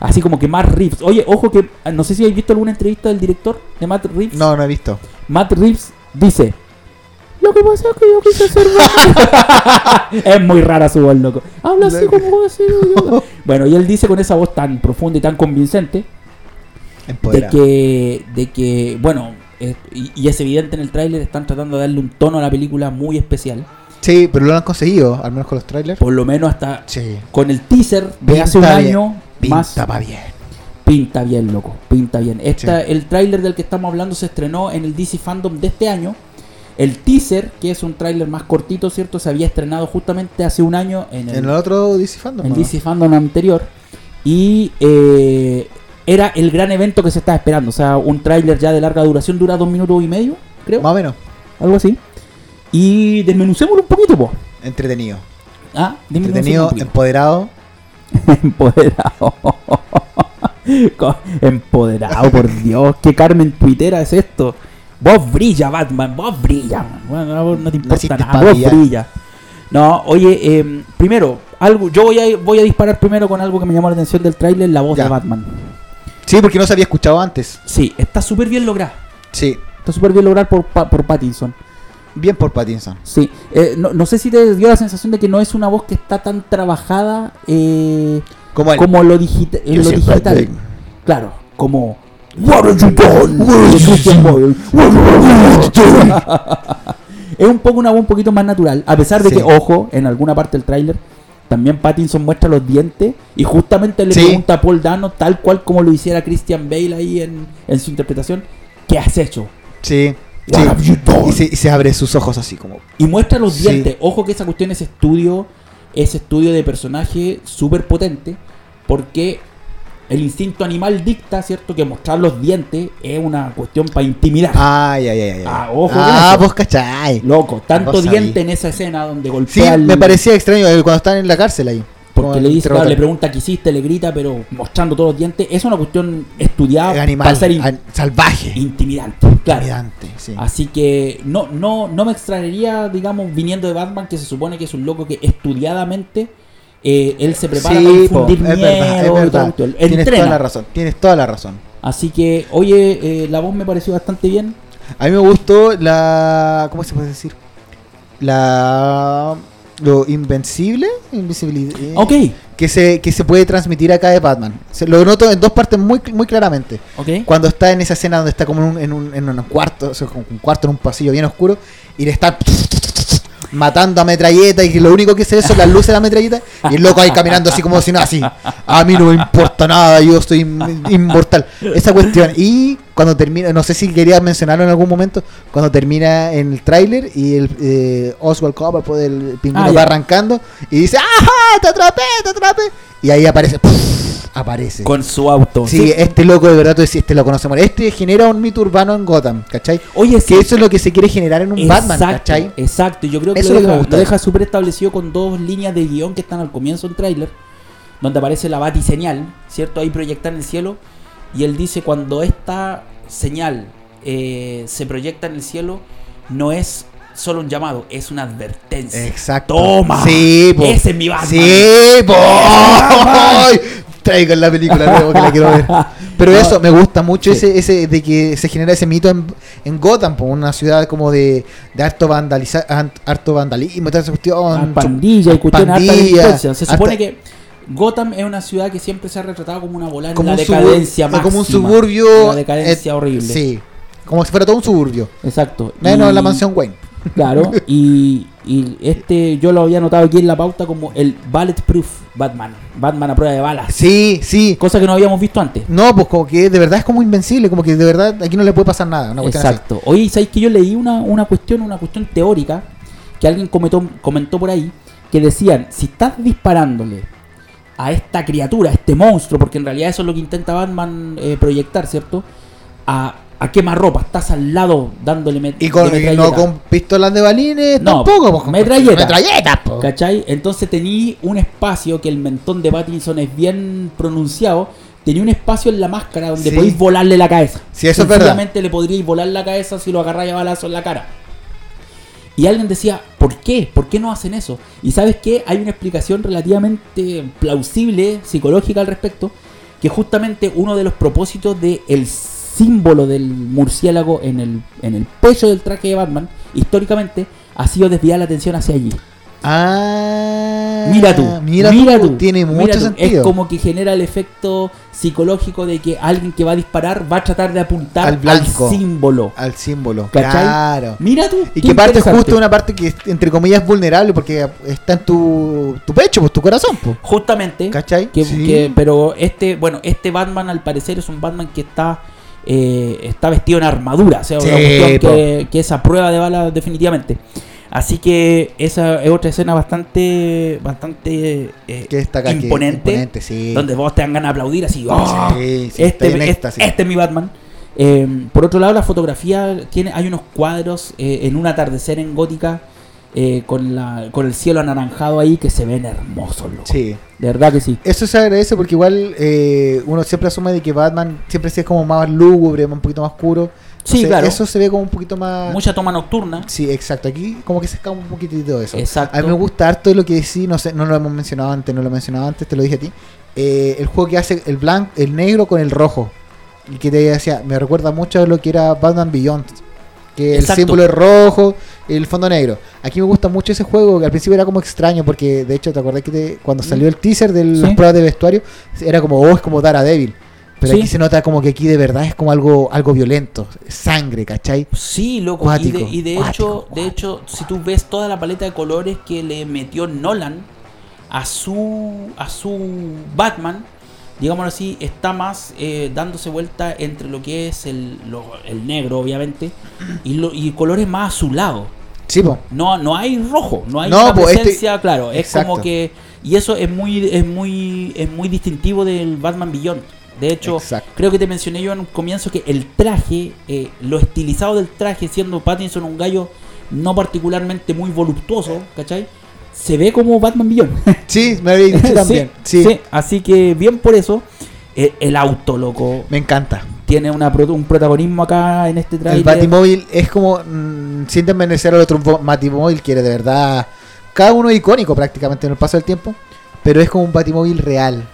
S1: Así como que Matt Reeves. Oye, ojo que ah, no sé si habéis visto alguna entrevista del director de Matt Reeves.
S2: No, no he visto.
S1: Matt Reeves dice: Lo que pasa es que yo quise ser Batman". [laughs] es muy rara su voz, loco. Habla así como así. yo-
S2: [laughs]
S1: bueno, y él dice con esa voz tan profunda y tan convincente de
S2: Empoderado.
S1: que, de que, bueno, es- y, y es evidente en el tráiler, están tratando de darle un tono a la película muy especial.
S2: Sí, pero lo han conseguido, al menos con los trailers.
S1: Por lo menos hasta
S2: Sí.
S1: con el teaser de
S2: Pinta
S1: hace un
S2: bien,
S1: año
S2: Pinta
S1: más.
S2: pa' bien.
S1: Pinta bien, loco, pinta bien. Esta,
S2: Sí.
S1: El tráiler del que estamos hablando se estrenó en el DC Fandom de este año. El teaser, que es un tráiler más cortito, ¿cierto? Se había estrenado justamente hace un año en el,
S2: En el otro DC Fandom.
S1: en
S2: ¿no?
S1: DC Fandom anterior. Y eh, era el gran evento que se estaba esperando. O sea, un tráiler ya de larga duración, dura dos minutos y medio, creo.
S2: Más o menos.
S1: Algo así. Y desmenucémoslo un poquito, po.
S2: Entretenido.
S1: Ah, desmenucémoslo
S2: Entretenido,
S1: un poquito.
S2: empoderado.
S1: [laughs] Empoderado. [laughs] Co- Empoderado, por Dios. Qué Carmen Twittera es esto. Vos brilla, Batman. Vos brilla. man. Bueno, a vos no te importa
S2: Naciste
S1: nada.
S2: pa'
S1: Vos
S2: brillar.
S1: brilla. No, oye, eh, primero, algo, yo voy a, voy a disparar primero con algo que me llamó la atención del tráiler, la voz
S2: Ya.
S1: de Batman.
S2: Sí, porque no se había escuchado antes.
S1: Sí, está súper bien lograda.
S2: Sí.
S1: Está súper bien lograda por, Pa- por Pattinson.
S2: Bien por Pattinson.
S1: Sí, eh, no, no sé si te dio la sensación de que no es una voz que está tan trabajada eh,
S2: Como él.
S1: como lo, digita- en
S2: Yo
S1: lo
S2: siempre
S1: digital.
S2: digo.
S1: Claro, como
S3: What have you done?
S1: de Christian Boyle. [laughs]
S3: What
S1: Es un poco una voz un poquito más natural, a pesar de
S2: Sí.
S1: que, ojo, en alguna parte del tráiler también Pattinson muestra los dientes y justamente le
S2: Sí.
S1: pregunta a Paul Dano, tal cual como lo hiciera Christian Bale ahí en, en su interpretación, ¿qué has hecho?
S2: Sí.
S3: What have
S2: sí.
S3: you done?
S2: Y se, y se abre sus ojos así como.
S1: Y muestra los
S2: Sí.
S1: dientes. Ojo que esa cuestión es estudio, es estudio de personaje súper potente, porque el instinto animal dicta, ¿cierto? Que mostrar los dientes es una cuestión para intimidar.
S2: Ay, ay, ay, ay. ay.
S1: Ah, ojo con
S2: ah
S1: eso.
S2: vos cachai.
S1: Loco, tanto
S2: Vos sabí.
S1: diente en esa escena donde golpea
S2: Sí,
S1: al-
S2: me parecía extraño eh, cuando estaban en la cárcel ahí.
S1: Porque
S2: Como
S1: le dice, claro,
S2: interrogan.
S1: le pregunta qué hiciste, le grita, pero mostrando todos los dientes. Es una cuestión estudiada
S2: El Eh, animal,
S1: para ser in-
S2: an- salvaje.
S1: intimidante. Claro.
S2: Intimidante, sí.
S1: Así que no, no, no me extrañaría, digamos, viniendo de Batman, que se supone que es un loco que estudiadamente eh, él se prepara para
S2: Sí, po,
S1: infundir
S2: es
S1: miedo.
S2: verdad, es
S1: y todo
S2: verdad.
S1: esto. Él
S2: Tienes toda la
S1: Entrena.
S2: razón, tienes toda la razón.
S1: Así que, oye, eh, la voz me pareció bastante bien.
S2: A mí me gustó la... ¿Cómo se puede decir? La... Lo invencible, invisibilidad.
S1: Ok,
S2: Que se, que se puede transmitir acá de Batman. Se, lo noto en dos partes muy, cl- muy claramente.
S1: ok.
S2: Cuando está en esa escena donde está como en un, en un, en un cuarto, o sea, como un cuarto en un pasillo bien oscuro, y le está matando a metralleta, y que lo único que se ve son las luces de la metralleta, y el loco ahí caminando así como si no, así. A mí no me importa nada, yo soy in- inmortal. Esa cuestión. Y cuando termina, no sé si quería mencionarlo en algún momento, cuando termina en el tráiler y el eh, Oswald Copperpot, el pingüino,
S1: Ah, ya.
S2: va arrancando, y dice, ¡ajá! ¡Te atrapé! ¡Te atrapé! Y ahí aparece, aparece.
S1: Con su auto.
S2: Sí, este loco de verdad, tú decís, este lo conocemos. Este genera un mito urbano en Gotham, ¿cachai?
S1: Oye, sí.
S2: Que eso es lo que se quiere generar en un Batman, ¿cachai?
S1: Exacto, yo creo que
S2: Eso
S1: lo
S2: es lo que
S1: deja,
S2: me gusta.
S1: lo deja súper establecido con dos líneas de guión que están al comienzo del tráiler, donde aparece la batiseñal, ¿cierto? Ahí proyectada en el cielo, y él dice, cuando esta señal eh, se proyecta en el cielo, no es solo un llamado, es una advertencia.
S2: Exacto.
S1: Toma.
S2: Sí, po.
S1: Ese es mi Batman.
S2: Sí, po. Ay, Traigan la película luego que la
S1: [laughs]
S2: quiero ver. Pero
S1: No.
S2: eso, me gusta mucho
S1: Sí.
S2: ese, ese de que se genera ese mito en, en Gotham, po, una ciudad como de, de harto, vandaliza, an- harto vandalismo, y toda esa
S1: Ah,
S2: cuestión.
S1: pandilla y cuestiones de alta
S2: pandilla,
S1: delincuencia. Se supone
S2: harta-
S1: que Gotham es una ciudad que siempre se ha retratado como una bola en
S2: como
S1: la
S2: un,
S1: decadencia
S2: suburbio,
S1: máxima.
S2: como un suburbio.
S1: La decadencia
S2: eh,
S1: horrible.
S2: Sí, como si fuera todo un suburbio.
S1: Exacto.
S2: Menos
S1: Y-
S2: la mansión Wayne.
S1: Claro, y, Y este yo lo había anotado aquí en la pauta como el Bulletproof Batman. Batman a prueba de balas.
S2: Sí, sí.
S1: Cosa que no habíamos visto antes.
S2: No, pues como que de verdad es como invencible, como que de verdad aquí no le puede pasar nada. Una cuestión así.
S1: Exacto. Oye, ¿sabéis que yo leí una, una cuestión, una cuestión teórica que alguien comentó, comentó por ahí? Que decían, si estás disparándole a esta criatura, a este monstruo, porque en realidad eso es lo que intenta Batman eh, proyectar, ¿cierto? A, a quemarropa, estás al lado dándole met-
S2: Y con,
S1: de
S2: y
S1: metralleta.
S2: no con pistolas de balines
S1: No,
S2: tampoco, pues, con
S1: metralleta.
S2: metralletas, pues. po.
S1: ¿Cachai? Entonces tenía un espacio que el mentón de Pattinson es bien pronunciado. Tenía un espacio en la máscara donde
S2: Sí.
S1: podéis volarle la cabeza.
S2: Sí, eso es verdad.
S1: Sencillamente le podríais volar la cabeza si lo agarráis a balazo en la cara. Y alguien decía, ¿por qué? ¿Por qué no hacen eso? Y sabes qué? Hay una explicación relativamente plausible, psicológica al respecto, que justamente uno de los propósitos del el símbolo del murciélago en el, en el pecho del traje de Batman, históricamente, ha sido desviar la atención hacia allí.
S2: Ah,
S1: Mira tú,
S2: mira, tú, tiene
S1: mira
S2: mucho
S1: tú.
S2: sentido.
S1: Es como que genera el efecto psicológico de que alguien que va a disparar va a tratar de apuntar
S2: Al
S1: al,
S2: blanco.
S1: símbolo.
S2: al símbolo,
S1: ¿Cachai?
S2: claro.
S1: Mira tú.
S2: Y
S1: qué
S2: que parte
S1: interesante.
S2: justo una parte que es, entre comillas es vulnerable porque está en tu, tu pecho, pues tu corazón, pues.
S1: Justamente.
S2: ¿Cachai?
S1: que-
S2: Sí.
S1: que- pero este, bueno, este Batman al parecer es un Batman que está eh, está vestido en armadura. O sea, una
S2: Sí,
S1: cuestión
S2: po.
S1: que, que es a prueba de balas definitivamente. Así que esa es otra escena bastante bastante eh,
S2: Que está acá, que-
S1: imponente,
S2: imponente, sí.
S1: donde vos te dan ganas de aplaudir así. ¡ah!
S2: Sí, sí, está
S1: este,
S2: en
S1: es-
S2: éxtasis.
S1: este es mi Batman. Eh, por otro lado, la fotografía tiene, hay unos cuadros eh, en un atardecer en gótica eh, con, la, con el cielo anaranjado ahí que se ven hermosos, loco.
S2: Sí. Eh,
S1: De verdad que sí.
S2: Eso se agradece porque igual eh, uno siempre asume de que Batman siempre es como más lúgubre, un poquito más oscuro.
S1: Sí, claro.
S2: Eso se ve como un poquito más...
S1: Mucha toma nocturna.
S2: Sí, exacto. Aquí como que se escapa un poquitito de eso.
S1: Exacto.
S2: A mí me gusta harto de lo que sí, no sé, no lo hemos mencionado antes, no lo he mencionado antes, te lo dije a ti. Eh, el juego que hace el blanco, el negro con el rojo. Y que te decía, me recuerda mucho a lo que era Batman Beyond. Que
S1: Exacto.
S2: el símbolo es rojo, el fondo negro. Aquí me gusta mucho ese juego, que al principio era como extraño, porque de hecho te acordás que te- cuando salió el teaser de las
S1: Sí.
S2: pruebas de vestuario, era como, oh, es como Daredevil. Pero
S1: Sí.
S2: aquí se nota como que aquí de verdad es como algo, algo violento, sangre, ¿cachai?
S1: Sí, loco.
S2: Cuático,
S1: y de, y de
S2: cuático,
S1: hecho, de hecho, si tú ves toda la paleta de colores que le metió Nolan a su a su Batman, digámoslo así, está más eh, dándose vuelta entre lo que es el, lo- el negro, obviamente, y, lo, y colores más azulados.
S2: Sí, po.
S1: No, no hay rojo, no hay
S2: No,
S1: una
S2: pues, este-
S1: presencia, claro. Es
S2: Exacto.
S1: como que y eso es muy es muy es muy distintivo del Batman Beyond. De hecho,
S2: Exacto.
S1: creo que te mencioné yo en un comienzo que el traje, eh, lo estilizado del traje, siendo Pattinson un gallo no particularmente muy voluptuoso, ¿cachai? Se ve como Batman Beyond.
S2: [laughs] Sí, me habéis dicho también. Sí,
S1: [laughs] sí, así que bien por eso. Eh, el auto, loco,
S2: me encanta.
S1: tiene una, pro- un protagonismo acá en este
S2: El
S1: trailer.
S2: Batimóvil es como. mm, sin desmerecer al otro bo- Batimóvil, que era de verdad. Cada uno es icónico prácticamente en el paso del tiempo. Pero es como un Batimóvil real.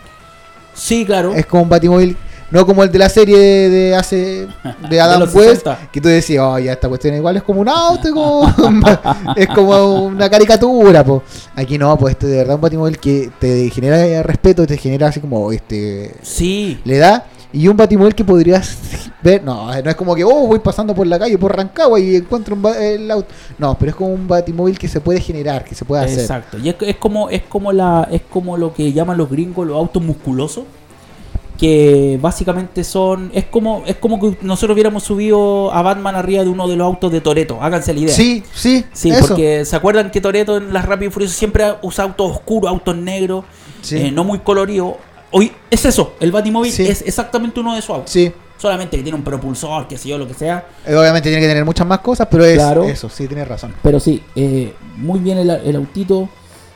S1: Sí, claro.
S2: Es como un Batimóvil. No como el de la serie de hace. De Adam
S1: los
S2: West.
S1: 60.
S2: Que tú decías, oh, ya esta cuestión es igual es como un auto. es como- [laughs] es como una caricatura, po. Aquí no, pues este de verdad un Batimóvil que te genera respeto, te genera así como. este
S1: Sí.
S2: le da y un batimóvil que podrías ver, no, no es como que oh, voy pasando por la calle por Rancagua y encuentro un ba- el auto. No, pero es como un batimóvil que se puede generar, que se puede hacer.
S1: Exacto. Y es, es como es como la es como lo que llaman los gringos los autos musculosos que básicamente son es como es como que nosotros hubiéramos subido a Batman arriba de uno de los autos de Toreto. Háganse la idea.
S2: Sí, sí,
S1: Sí,
S2: eso.
S1: porque se acuerdan que Toreto en las Rápido y Furioso siempre usa autos oscuros, autos negros,
S2: Sí.
S1: eh, no muy coloridos. Hoy es eso, el Batimóvil
S2: Sí.
S1: es exactamente uno de esos autos.
S2: Sí,
S1: Solamente que tiene un propulsor, qué sé yo, lo que sea.
S2: eh, obviamente tiene que tener muchas más cosas, pero es
S1: Claro.
S2: eso, sí, tienes razón.
S1: Pero sí, eh, muy bien el, el autito.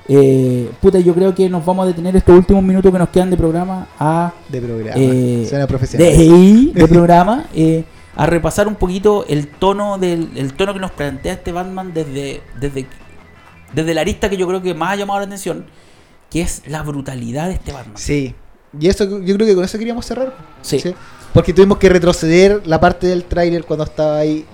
S1: Eh, puta, yo creo que nos vamos a detener estos últimos minutos que nos quedan de programa a
S2: De programa.
S1: Eh,
S2: Suena profesional.
S1: de,
S2: [laughs]
S1: de programa eh, a repasar un poquito el tono del el tono que nos plantea este Batman desde desde desde la arista que yo creo que más ha llamado la atención, que es la brutalidad de este Batman.
S2: Sí. Y eso yo creo que con eso queríamos cerrar.
S1: Sí, sí,
S2: ¿sí? Porque tuvimos que retroceder la parte del tráiler cuando estaba ahí.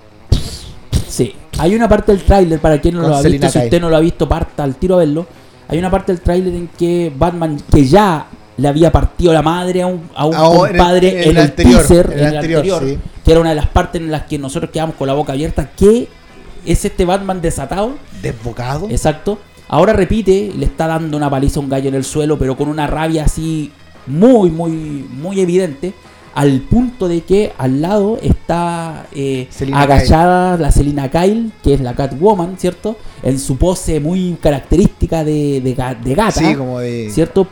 S1: Hay una parte del tráiler para quien no
S2: Con
S1: lo ha
S2: Selina
S1: visto, si
S2: Kyle.
S1: usted no lo ha visto, parta al tiro a verlo. Hay una parte del tráiler en que Batman que ya le había partido la madre a un, a un
S2: Ah, oh, en el-
S1: compadre en
S2: en
S1: el,
S2: el anterior,
S1: teaser,
S2: en
S1: en
S2: el
S1: el
S2: anterior,
S1: anterior,
S2: sí.
S1: que era una de las partes en las que nosotros quedamos con la boca abierta. ¿Qué es este Batman desatado.
S2: Desbocado.
S1: Exacto. Ahora repite, le está dando una paliza a un gallo en el suelo, pero con una rabia así muy, muy, muy evidente. Al punto de que al lado está eh,
S2: Selina
S1: agachada la Selina Kyle, que es la Catwoman, ¿cierto? En su pose muy característica de, de ga- de gata,
S2: Sí, como de.
S1: ¿cierto?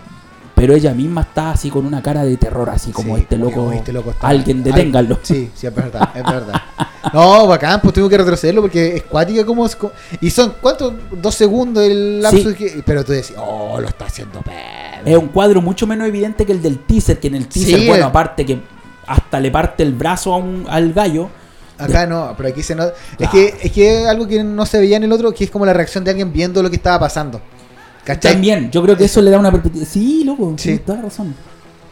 S1: Pero ella misma está así con una cara de terror, así como
S2: Sí,
S1: este
S2: como que,
S1: loco.
S2: "Oh, este loco está-
S1: alguien deténganlo.
S2: Sí, sí, es verdad,
S1: [laughs]
S2: es verdad. No, bacán, pues tengo que retrocederlo porque es cuática como... es co- Y son, ¿cuántos? Dos segundos el lapso
S1: Sí.
S2: que- Pero tú decís, oh, lo está haciendo perro.
S1: Es un cuadro mucho menos evidente que el del teaser, que en el teaser,
S2: Sí,
S1: bueno,
S2: eh.
S1: aparte que hasta le parte el brazo a un- al gallo.
S2: Acá no, pero aquí se nota... Es,
S1: Claro.
S2: que, es que es algo que no se veía en el otro, que es como la reacción de alguien viendo lo que estaba pasando. ¿Cachai?
S1: También, yo creo que eso le da una perspectiva. Sí, loco,
S2: Sí.
S1: tienes toda la razón.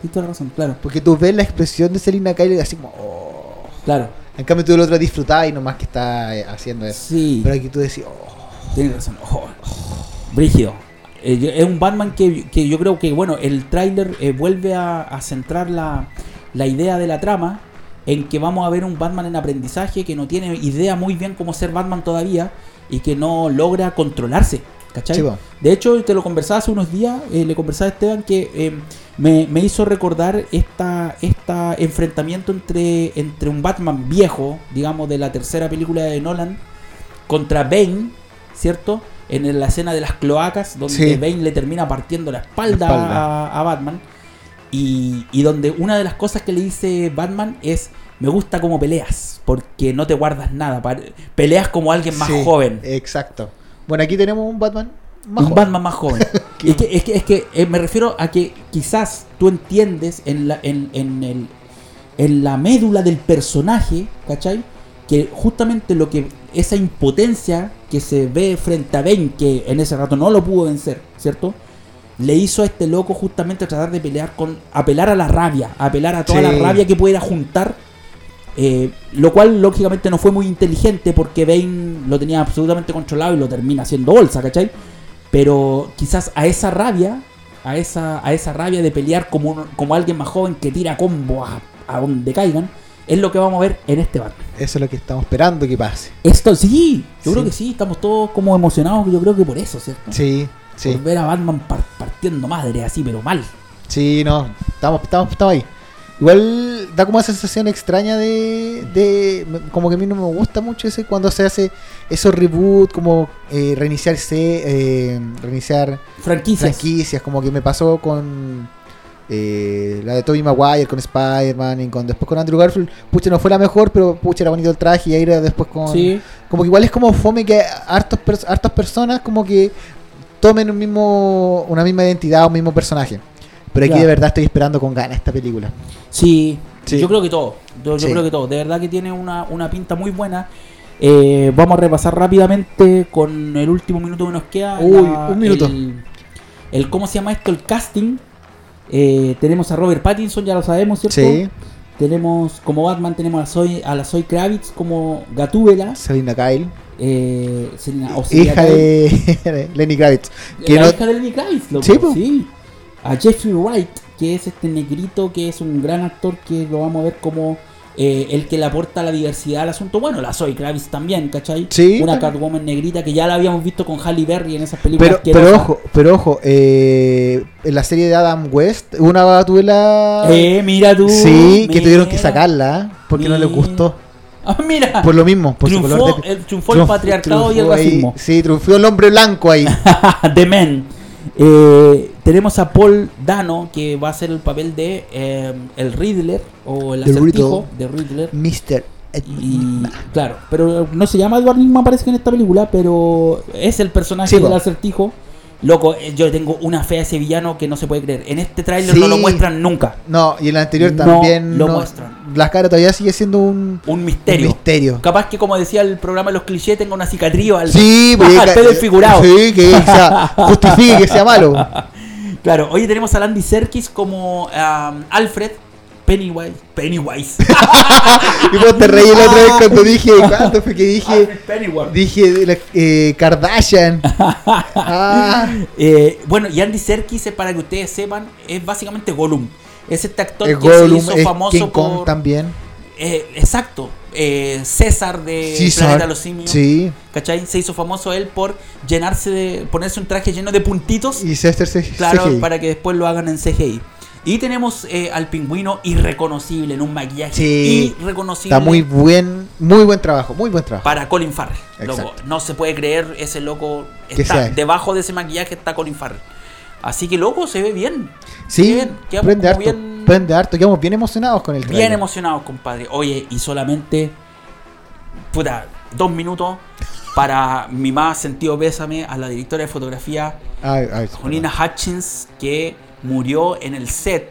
S1: Tienes toda la razón, claro,
S2: Porque tú ves la expresión de Selina Kyle y así como... "Oh".
S1: claro.
S2: En cambio tú el otro disfrutás y nomás que está eh, haciendo eso.
S1: Sí,
S2: Pero aquí tú decís, oh,
S1: tienes razón. Ojo, ojo. Brígido. Eh, yo- es un Batman que, que yo creo que, bueno, el tráiler eh, vuelve a, a centrar la, la idea de la trama en que vamos a ver un Batman en aprendizaje que no tiene idea muy bien cómo ser Batman todavía y que no logra controlarse. ¿Cachai?
S2: Sí, po.
S1: De hecho, te lo conversaba hace unos días, eh, le conversaba a Esteban que eh, me, me hizo recordar esta, esta enfrentamiento entre, entre un Batman viejo, digamos, de la tercera película de Nolan, contra Bane, ¿cierto? En la escena de las cloacas, donde
S2: Sí.
S1: Bane le termina partiendo la espalda,
S2: La espalda.
S1: A, a Batman. Y, y donde una de las cosas que le dice Batman es, me gusta cómo peleas, porque no te guardas nada, pare- peleas como alguien más
S2: Sí,
S1: joven.
S2: Exacto. Bueno, aquí tenemos un Batman más
S1: un
S2: joven.
S1: Batman más joven.
S2: Que-
S1: es que, es que, es que, eh, me refiero a que quizás tú entiendes en la, en, en el, en la médula del personaje, ¿cachai? Que justamente lo que esa impotencia que se ve frente a Ben, que en ese rato no lo pudo vencer, ¿cierto? Le hizo a este loco justamente tratar de pelear con. apelar a la rabia, apelar a toda
S2: Sí.
S1: la rabia que pudiera juntar. eh, lo cual lógicamente no fue muy inteligente porque Bane lo tenía absolutamente controlado y lo termina haciendo bolsa, ¿cachai? Pero quizás a esa rabia, a esa, a esa rabia de pelear como, un- como alguien más joven que tira combo a, a donde caigan, es lo que vamos a ver en este Batman.
S2: Eso es lo que estamos esperando que pase.
S1: Esto sí, yo
S2: Sí.
S1: creo que sí, estamos todos como emocionados, yo creo que por eso, ¿cierto?
S2: Sí, sí.
S1: Por ver a Batman par- partiendo madre así, pero mal.
S2: Sí, no, estamos, estamos, estamos ahí. Igual da como una sensación extraña de, de- me- Como que a mí no me gusta mucho ese cuando se hace esos reboot, como eh, reiniciarse, eh, reiniciar
S1: Franquicias.
S2: franquicias, como que me pasó con eh, la de Tobey Maguire, con Spider-Man, y con, después con Andrew Garfield. Pucha, no fue la mejor, pero pucha, era bonito el traje y ahí era después con...
S1: Sí,
S2: Como que igual es como fome que hartos pers- hartas personas como que tomen un mismo, una misma identidad, un mismo personaje. Pero aquí
S1: Ya.
S2: de verdad estoy esperando con ganas esta película.
S1: sí,
S2: Sí.
S1: yo creo que todo. Yo, yo
S2: Sí.
S1: creo que todo. De verdad que tiene una, una pinta muy buena. Eh, vamos a repasar rápidamente con el último minuto que nos queda.
S2: Uy, un minuto.
S1: El, el- ¿Cómo se llama esto? El casting. Eh, tenemos a Robert Pattinson, ya lo sabemos, ¿cierto?
S2: Sí,
S1: Tenemos como Batman, tenemos a, Zoe, a la Zoe Kravitz como Gatúbela.
S2: Selina Kyle,
S1: Eh, Selena- o Selena
S2: hija
S1: Kyle.
S2: de, de [laughs] Lenny Kravitz. que
S1: la
S2: no-
S1: hija de Lenny Kravitz, loco,
S2: Sí, po.
S1: sí. A Jeffrey Wright, que es este negrito, que es un gran actor, que lo vamos a ver como eh, el que le aporta la diversidad al asunto. Bueno, la Zoe Kravitz también, ¿cachai?
S2: Sí,
S1: Una
S2: también.
S1: Catwoman negrita que ya la habíamos visto con Halle Berry en esas películas.
S2: Pero, pero
S1: asquerosas.
S2: ojo, pero ojo, eh, en la serie de Adam West, una batula...
S1: Eh, mira tú.
S2: sí, que tuvieron que
S1: mira.
S2: sacarla, ¿eh? porque no les
S1: Mira.
S2: gustó.
S1: [laughs] Ah, mira.
S2: Por lo mismo, por su
S1: triunfó,
S2: color de...
S1: el, triunfó el
S2: triunfó-
S1: patriarcado y el
S2: triunfó ahí-
S1: racismo.
S2: Sí, triunfó el hombre blanco
S1: [laughs]
S2: ahí.
S1: The Men. Eh, tenemos a Paul Dano que va a hacer el papel de eh, el Riddler o el
S2: The
S1: acertijo de Riddler.
S2: Mr.
S1: Y claro, pero no se llama Edward Nigma parece que en esta película, pero es el personaje
S2: Sí, po.
S1: del acertijo. Loco, eh, yo tengo una fe a ese villano que no se puede creer. En este tráiler
S2: Sí.
S1: no lo muestran nunca.
S2: No, y el anterior
S1: No
S2: también.
S1: lo
S2: no-
S1: muestran.
S2: La cara todavía sigue siendo un,
S1: Un
S2: un
S1: misterio.
S2: misterio.
S1: Capaz que como decía el programa Los Clichés tenga una cicatriz o algo.
S2: Sí, porque-
S1: Al pelo desfigurado. [laughs]
S2: Sí, que sea- justifique que sea malo.
S1: Claro, hoy tenemos a Landy Serkis como am, Alfred Pennywise.
S2: [laughs]
S1: Pennywise.
S2: Y vos te reí la otra vez cuando dije. ¿Cuánto fue que dije?
S1: Alfred Pennywise.
S2: Dije de la- eh,
S1: [laughs]
S2: Kardashian. Ah,
S1: Eh, bueno, y Andy Serkis, eh, para que ustedes sepan, es básicamente Gollum. Es este actor
S2: el
S1: que
S2: Gollum,
S1: se hizo
S2: es
S1: famoso
S2: King Kong
S1: por...
S2: también.
S1: Eh, exacto. eh, César de
S2: César.
S1: Planeta de los Simios.
S2: Sí.
S1: ¿Cachai? Se hizo famoso él por llenarse de. ponerse un traje lleno de puntitos.
S2: Y Chester se
S1: Claro,
S2: CGI.
S1: para que después lo hagan en CGI. Y tenemos eh, al pingüino irreconocible en un maquillaje
S2: Sí.
S1: irreconocible
S2: Está muy buen, muy buen trabajo, muy buen trabajo.
S1: para Colin Farrell.
S2: Exacto.
S1: Loco, no se puede creer ese loco.
S2: Que
S1: Está
S2: sea.
S1: debajo de ese maquillaje está Colin Farrell. Así que loco, se ve bien.
S2: sí,
S1: bien, quedamos
S2: prende harto,
S1: como bien-
S2: prende harto, quedamos bien emocionados con el
S1: Bien
S2: tráiler.
S1: emocionados, compadre. Oye, y solamente. Puta, dos minutos para mi más sentido pésame a la directora de fotografía,
S2: Ay, ay, sí,
S1: Jonina Hutchins, que murió en el set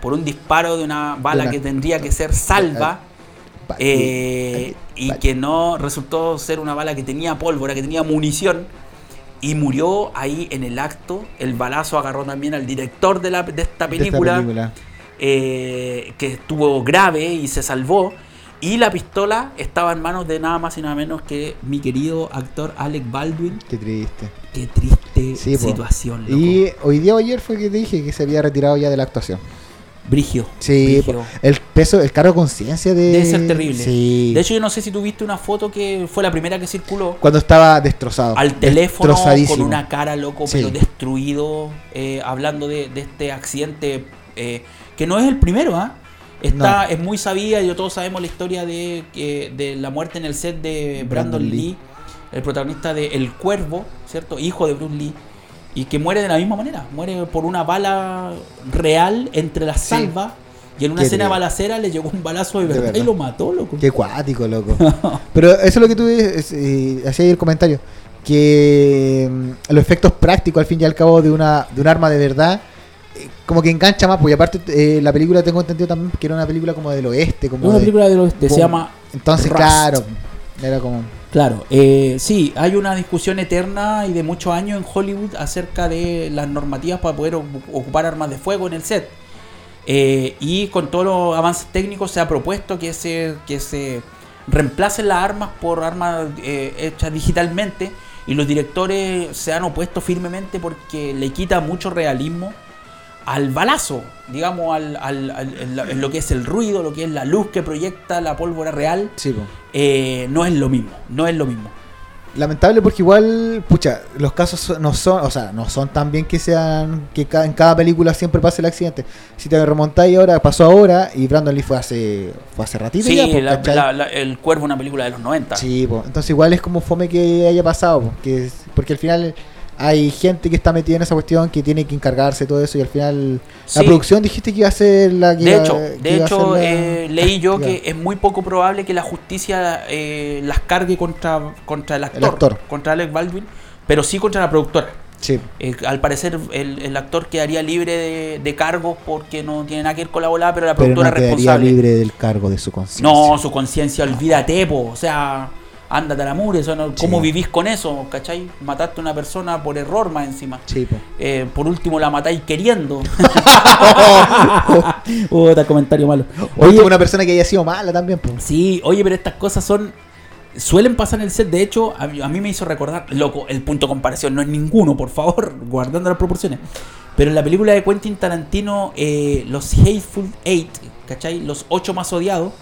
S1: por un disparo de una bala
S2: una-
S1: que tendría que ser salva.
S2: perdón. Pa-
S1: eh, y
S2: vale.
S1: que no resultó ser una bala que tenía pólvora, que tenía munición. Y murió ahí en el acto. El balazo agarró también al director de, la, de esta
S2: de esta
S1: película, eh, que estuvo grave y se salvó. Y la pistola estaba en manos de nada más y nada menos que mi querido actor Alec Baldwin.
S2: Qué triste.
S1: Qué triste
S2: Sí, po.
S1: situación, loco.
S2: Y hoy día o ayer fue que te dije que se había retirado ya de la actuación.
S1: Brigio.
S2: Sí,
S1: brigio.
S2: po- el peso, el cargo de conciencia de.
S1: Debe ser terrible.
S2: Sí.
S1: De hecho, yo no sé si tuviste una foto que fue la primera que circuló.
S2: cuando estaba destrozado.
S1: al teléfono con
S2: destrozadísimo.
S1: una cara loco
S2: Sí.
S1: pero destruido eh, hablando de, de este accidente eh, que no es el primero ¿ah? Está,
S2: No.
S1: es muy sabida y todos sabemos la historia de, que- de la muerte en el set de Brandon,
S2: Brandon
S1: Lee,
S2: Lee.
S1: el protagonista de El Cuervo cierto hijo de Bruce Lee y que muere de la misma manera muere por una bala real entre las
S2: Sí.
S1: salvas y en una
S2: Qué
S1: escena
S2: terrible.
S1: balacera le llegó un balazo de
S2: De
S1: verdad, y
S2: verdad.
S1: lo mató loco
S2: Qué cuático,
S1: [laughs]
S2: loco. Pero eso es lo que tú dices, eh, hacía ahí el comentario. Que mm, los efectos prácticos, al fin y al cabo, de una de un arma de verdad, eh, como que engancha más. Porque aparte, eh, la película tengo entendido también que era una película como del oeste. como
S4: Una
S2: de-
S4: película del oeste se
S2: como-
S4: llama
S2: Entonces,
S4: Rust.
S2: claro, era como.
S4: Claro,
S1: Eh, sí, hay una discusión eterna y de muchos años en Hollywood acerca de las normativas para poder ocu- ocupar armas de fuego en el set. Eh, y con todos los avances técnicos se ha propuesto que se, que se reemplacen las armas por armas eh, hechas digitalmente y los directores se han opuesto firmemente porque le quita mucho realismo al balazo, digamos, al, al- al- en la- en lo que es el ruido, lo que es la luz que proyecta la pólvora real
S2: Sí, po.
S1: eh, no es lo mismo, no es lo mismo.
S2: Lamentable porque igual, pucha, los casos so- no son, o sea, no son tan bien que sean, que ca- en cada película siempre pase el accidente. Si te remontáis ahora, pasó ahora y Brandon Lee fue hace, fue hace ratito
S1: Sí,
S2: ya, po,
S1: la-
S2: ¿cachai?
S1: la- la- El Cuervo es una película de los 90.
S2: Sí, po. entonces igual es como fome que haya pasado, po, que es- porque al final hay gente que está metida en esa cuestión que tiene que encargarse de todo eso y al final
S1: Sí.
S2: la producción dijiste que iba a ser la que
S1: De
S2: iba-
S1: hecho,
S2: que
S1: de
S2: iba a
S1: hecho
S2: ser la-
S1: eh, leí
S2: [laughs]
S1: yo que
S2: castigar.
S1: es muy poco probable que la justicia eh, las cargue contra, contra el, actor,
S2: actor.
S1: contra Alec Baldwin, pero sí contra la productora.
S2: Sí,
S1: Eh, al parecer el, el actor quedaría libre de, de cargos porque no tiene nada que ver con la volada, pero la
S2: pero
S1: productora
S2: no
S1: es
S2: quedaría
S1: responsable.
S2: libre del cargo de su conciencia.
S1: No, su conciencia, olvídate, po. O sea, ándate a la mugre, eso no- ¿Cómo
S2: Sí.
S1: vivís con eso? ¿Cachai? Mataste a una persona por error más encima.
S2: Sí, po.
S1: Eh, por último la matáis
S2: [laughs]
S1: queriendo. [laughs] Oh,
S4: otra comentario malo.
S2: Oye,
S4: Oye,
S2: una persona que haya sido mala también, po.
S1: sí, oye, pero estas cosas son... Suelen pasar en el set, de hecho, a mí, a mí me hizo recordar, loco, el punto de comparación no es ninguno, por favor, [laughs] guardando las proporciones. Pero en la película de Quentin Tarantino, eh, Los Hateful Eight, ¿cachai? Los ocho más odiados,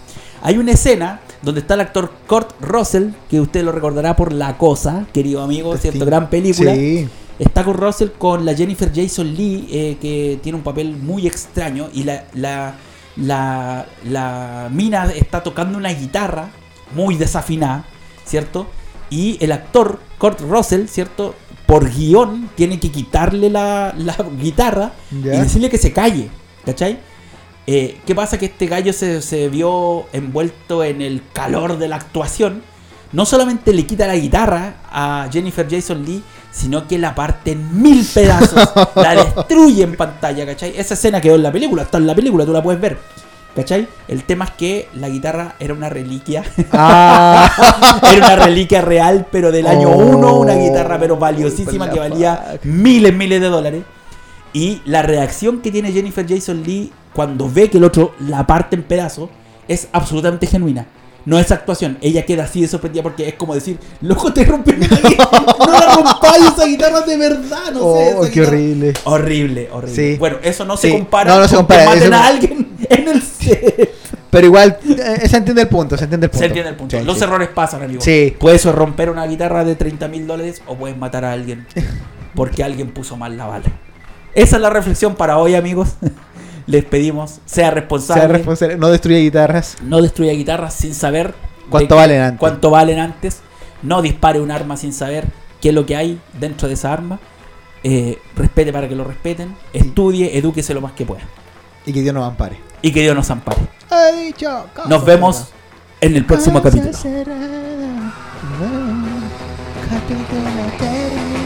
S1: hay una escena donde está el actor Kurt Russell, que usted lo recordará por La Cosa, querido amigo, ¿cierto? Gran película.
S2: Pues Sí.
S1: Está con Russell con la Jennifer Jason Lee, eh, que tiene un papel muy extraño. Y la, la, la, la mina está tocando una guitarra muy desafinada, ¿cierto? Y el actor, Kurt Russell, ¿cierto? Por guión, tiene que quitarle la, la guitarra
S2: Ya.
S1: y decirle que se calle, ¿cachai? Eh, ¿Qué pasa? Que este gallo se, se vio envuelto en el calor de la actuación. No solamente le quita la guitarra a Jennifer Jason Lee, sino que la parte en mil pedazos. la destruye en pantalla, ¿cachai? Esa escena quedó en la película, está en la película, tú la puedes ver. ¿Cachai? El tema es que la guitarra era una reliquia.
S2: [laughs] Ah,
S1: era una reliquia real, pero del año
S2: Oh.
S1: 1, una guitarra pero valiosísima que valía miles, miles de dólares. Y la reacción que tiene Jennifer Jason Lee cuando ve que el otro la parte en pedazos es absolutamente genuina. No es actuación, ella queda así de sorprendida porque es como decir, loco, te rompí una
S2: [laughs]
S1: guitarra, no la rompáis esa guitarra de verdad, no sé.
S2: oh,
S1: esa
S2: qué
S1: guitarra-
S2: horrible.
S1: Horrible, horrible.
S2: Sí.
S1: Bueno, eso no se
S2: Sí.
S1: compara
S2: No, no se
S1: con
S2: compara,
S1: que maten
S2: eso-
S1: a alguien en el set.
S2: Pero igual, eh, se entiende el punto, se entiende el punto.
S1: Se entiende el punto.
S2: Sí,
S1: Los
S2: sí.
S1: errores pasan, amigo.
S2: Sí.
S1: Puedes romper una guitarra de 30 mil dólares o puedes matar a
S2: [laughs]
S1: alguien porque alguien puso mal la bala. Esa es la reflexión para hoy, amigos. [laughs] Les pedimos, sea responsable,
S2: Sea responsable, no destruye guitarras.
S1: no destruya guitarras sin saber
S2: ¿Cuánto
S1: de-
S2: valen antes?
S1: cuánto valen antes, no dispare un arma sin saber qué es lo que hay dentro de esa arma, eh, respete para que lo respeten, estudie, edúquese lo más que pueda
S2: Y que Dios nos ampare.
S1: y que Dios nos ampare.
S2: He dicho cosas
S1: Nos vemos en
S2: Ah,
S1: el próximo
S2: Cosas
S1: capítulo.
S2: cerradas, no, capítulo terminado.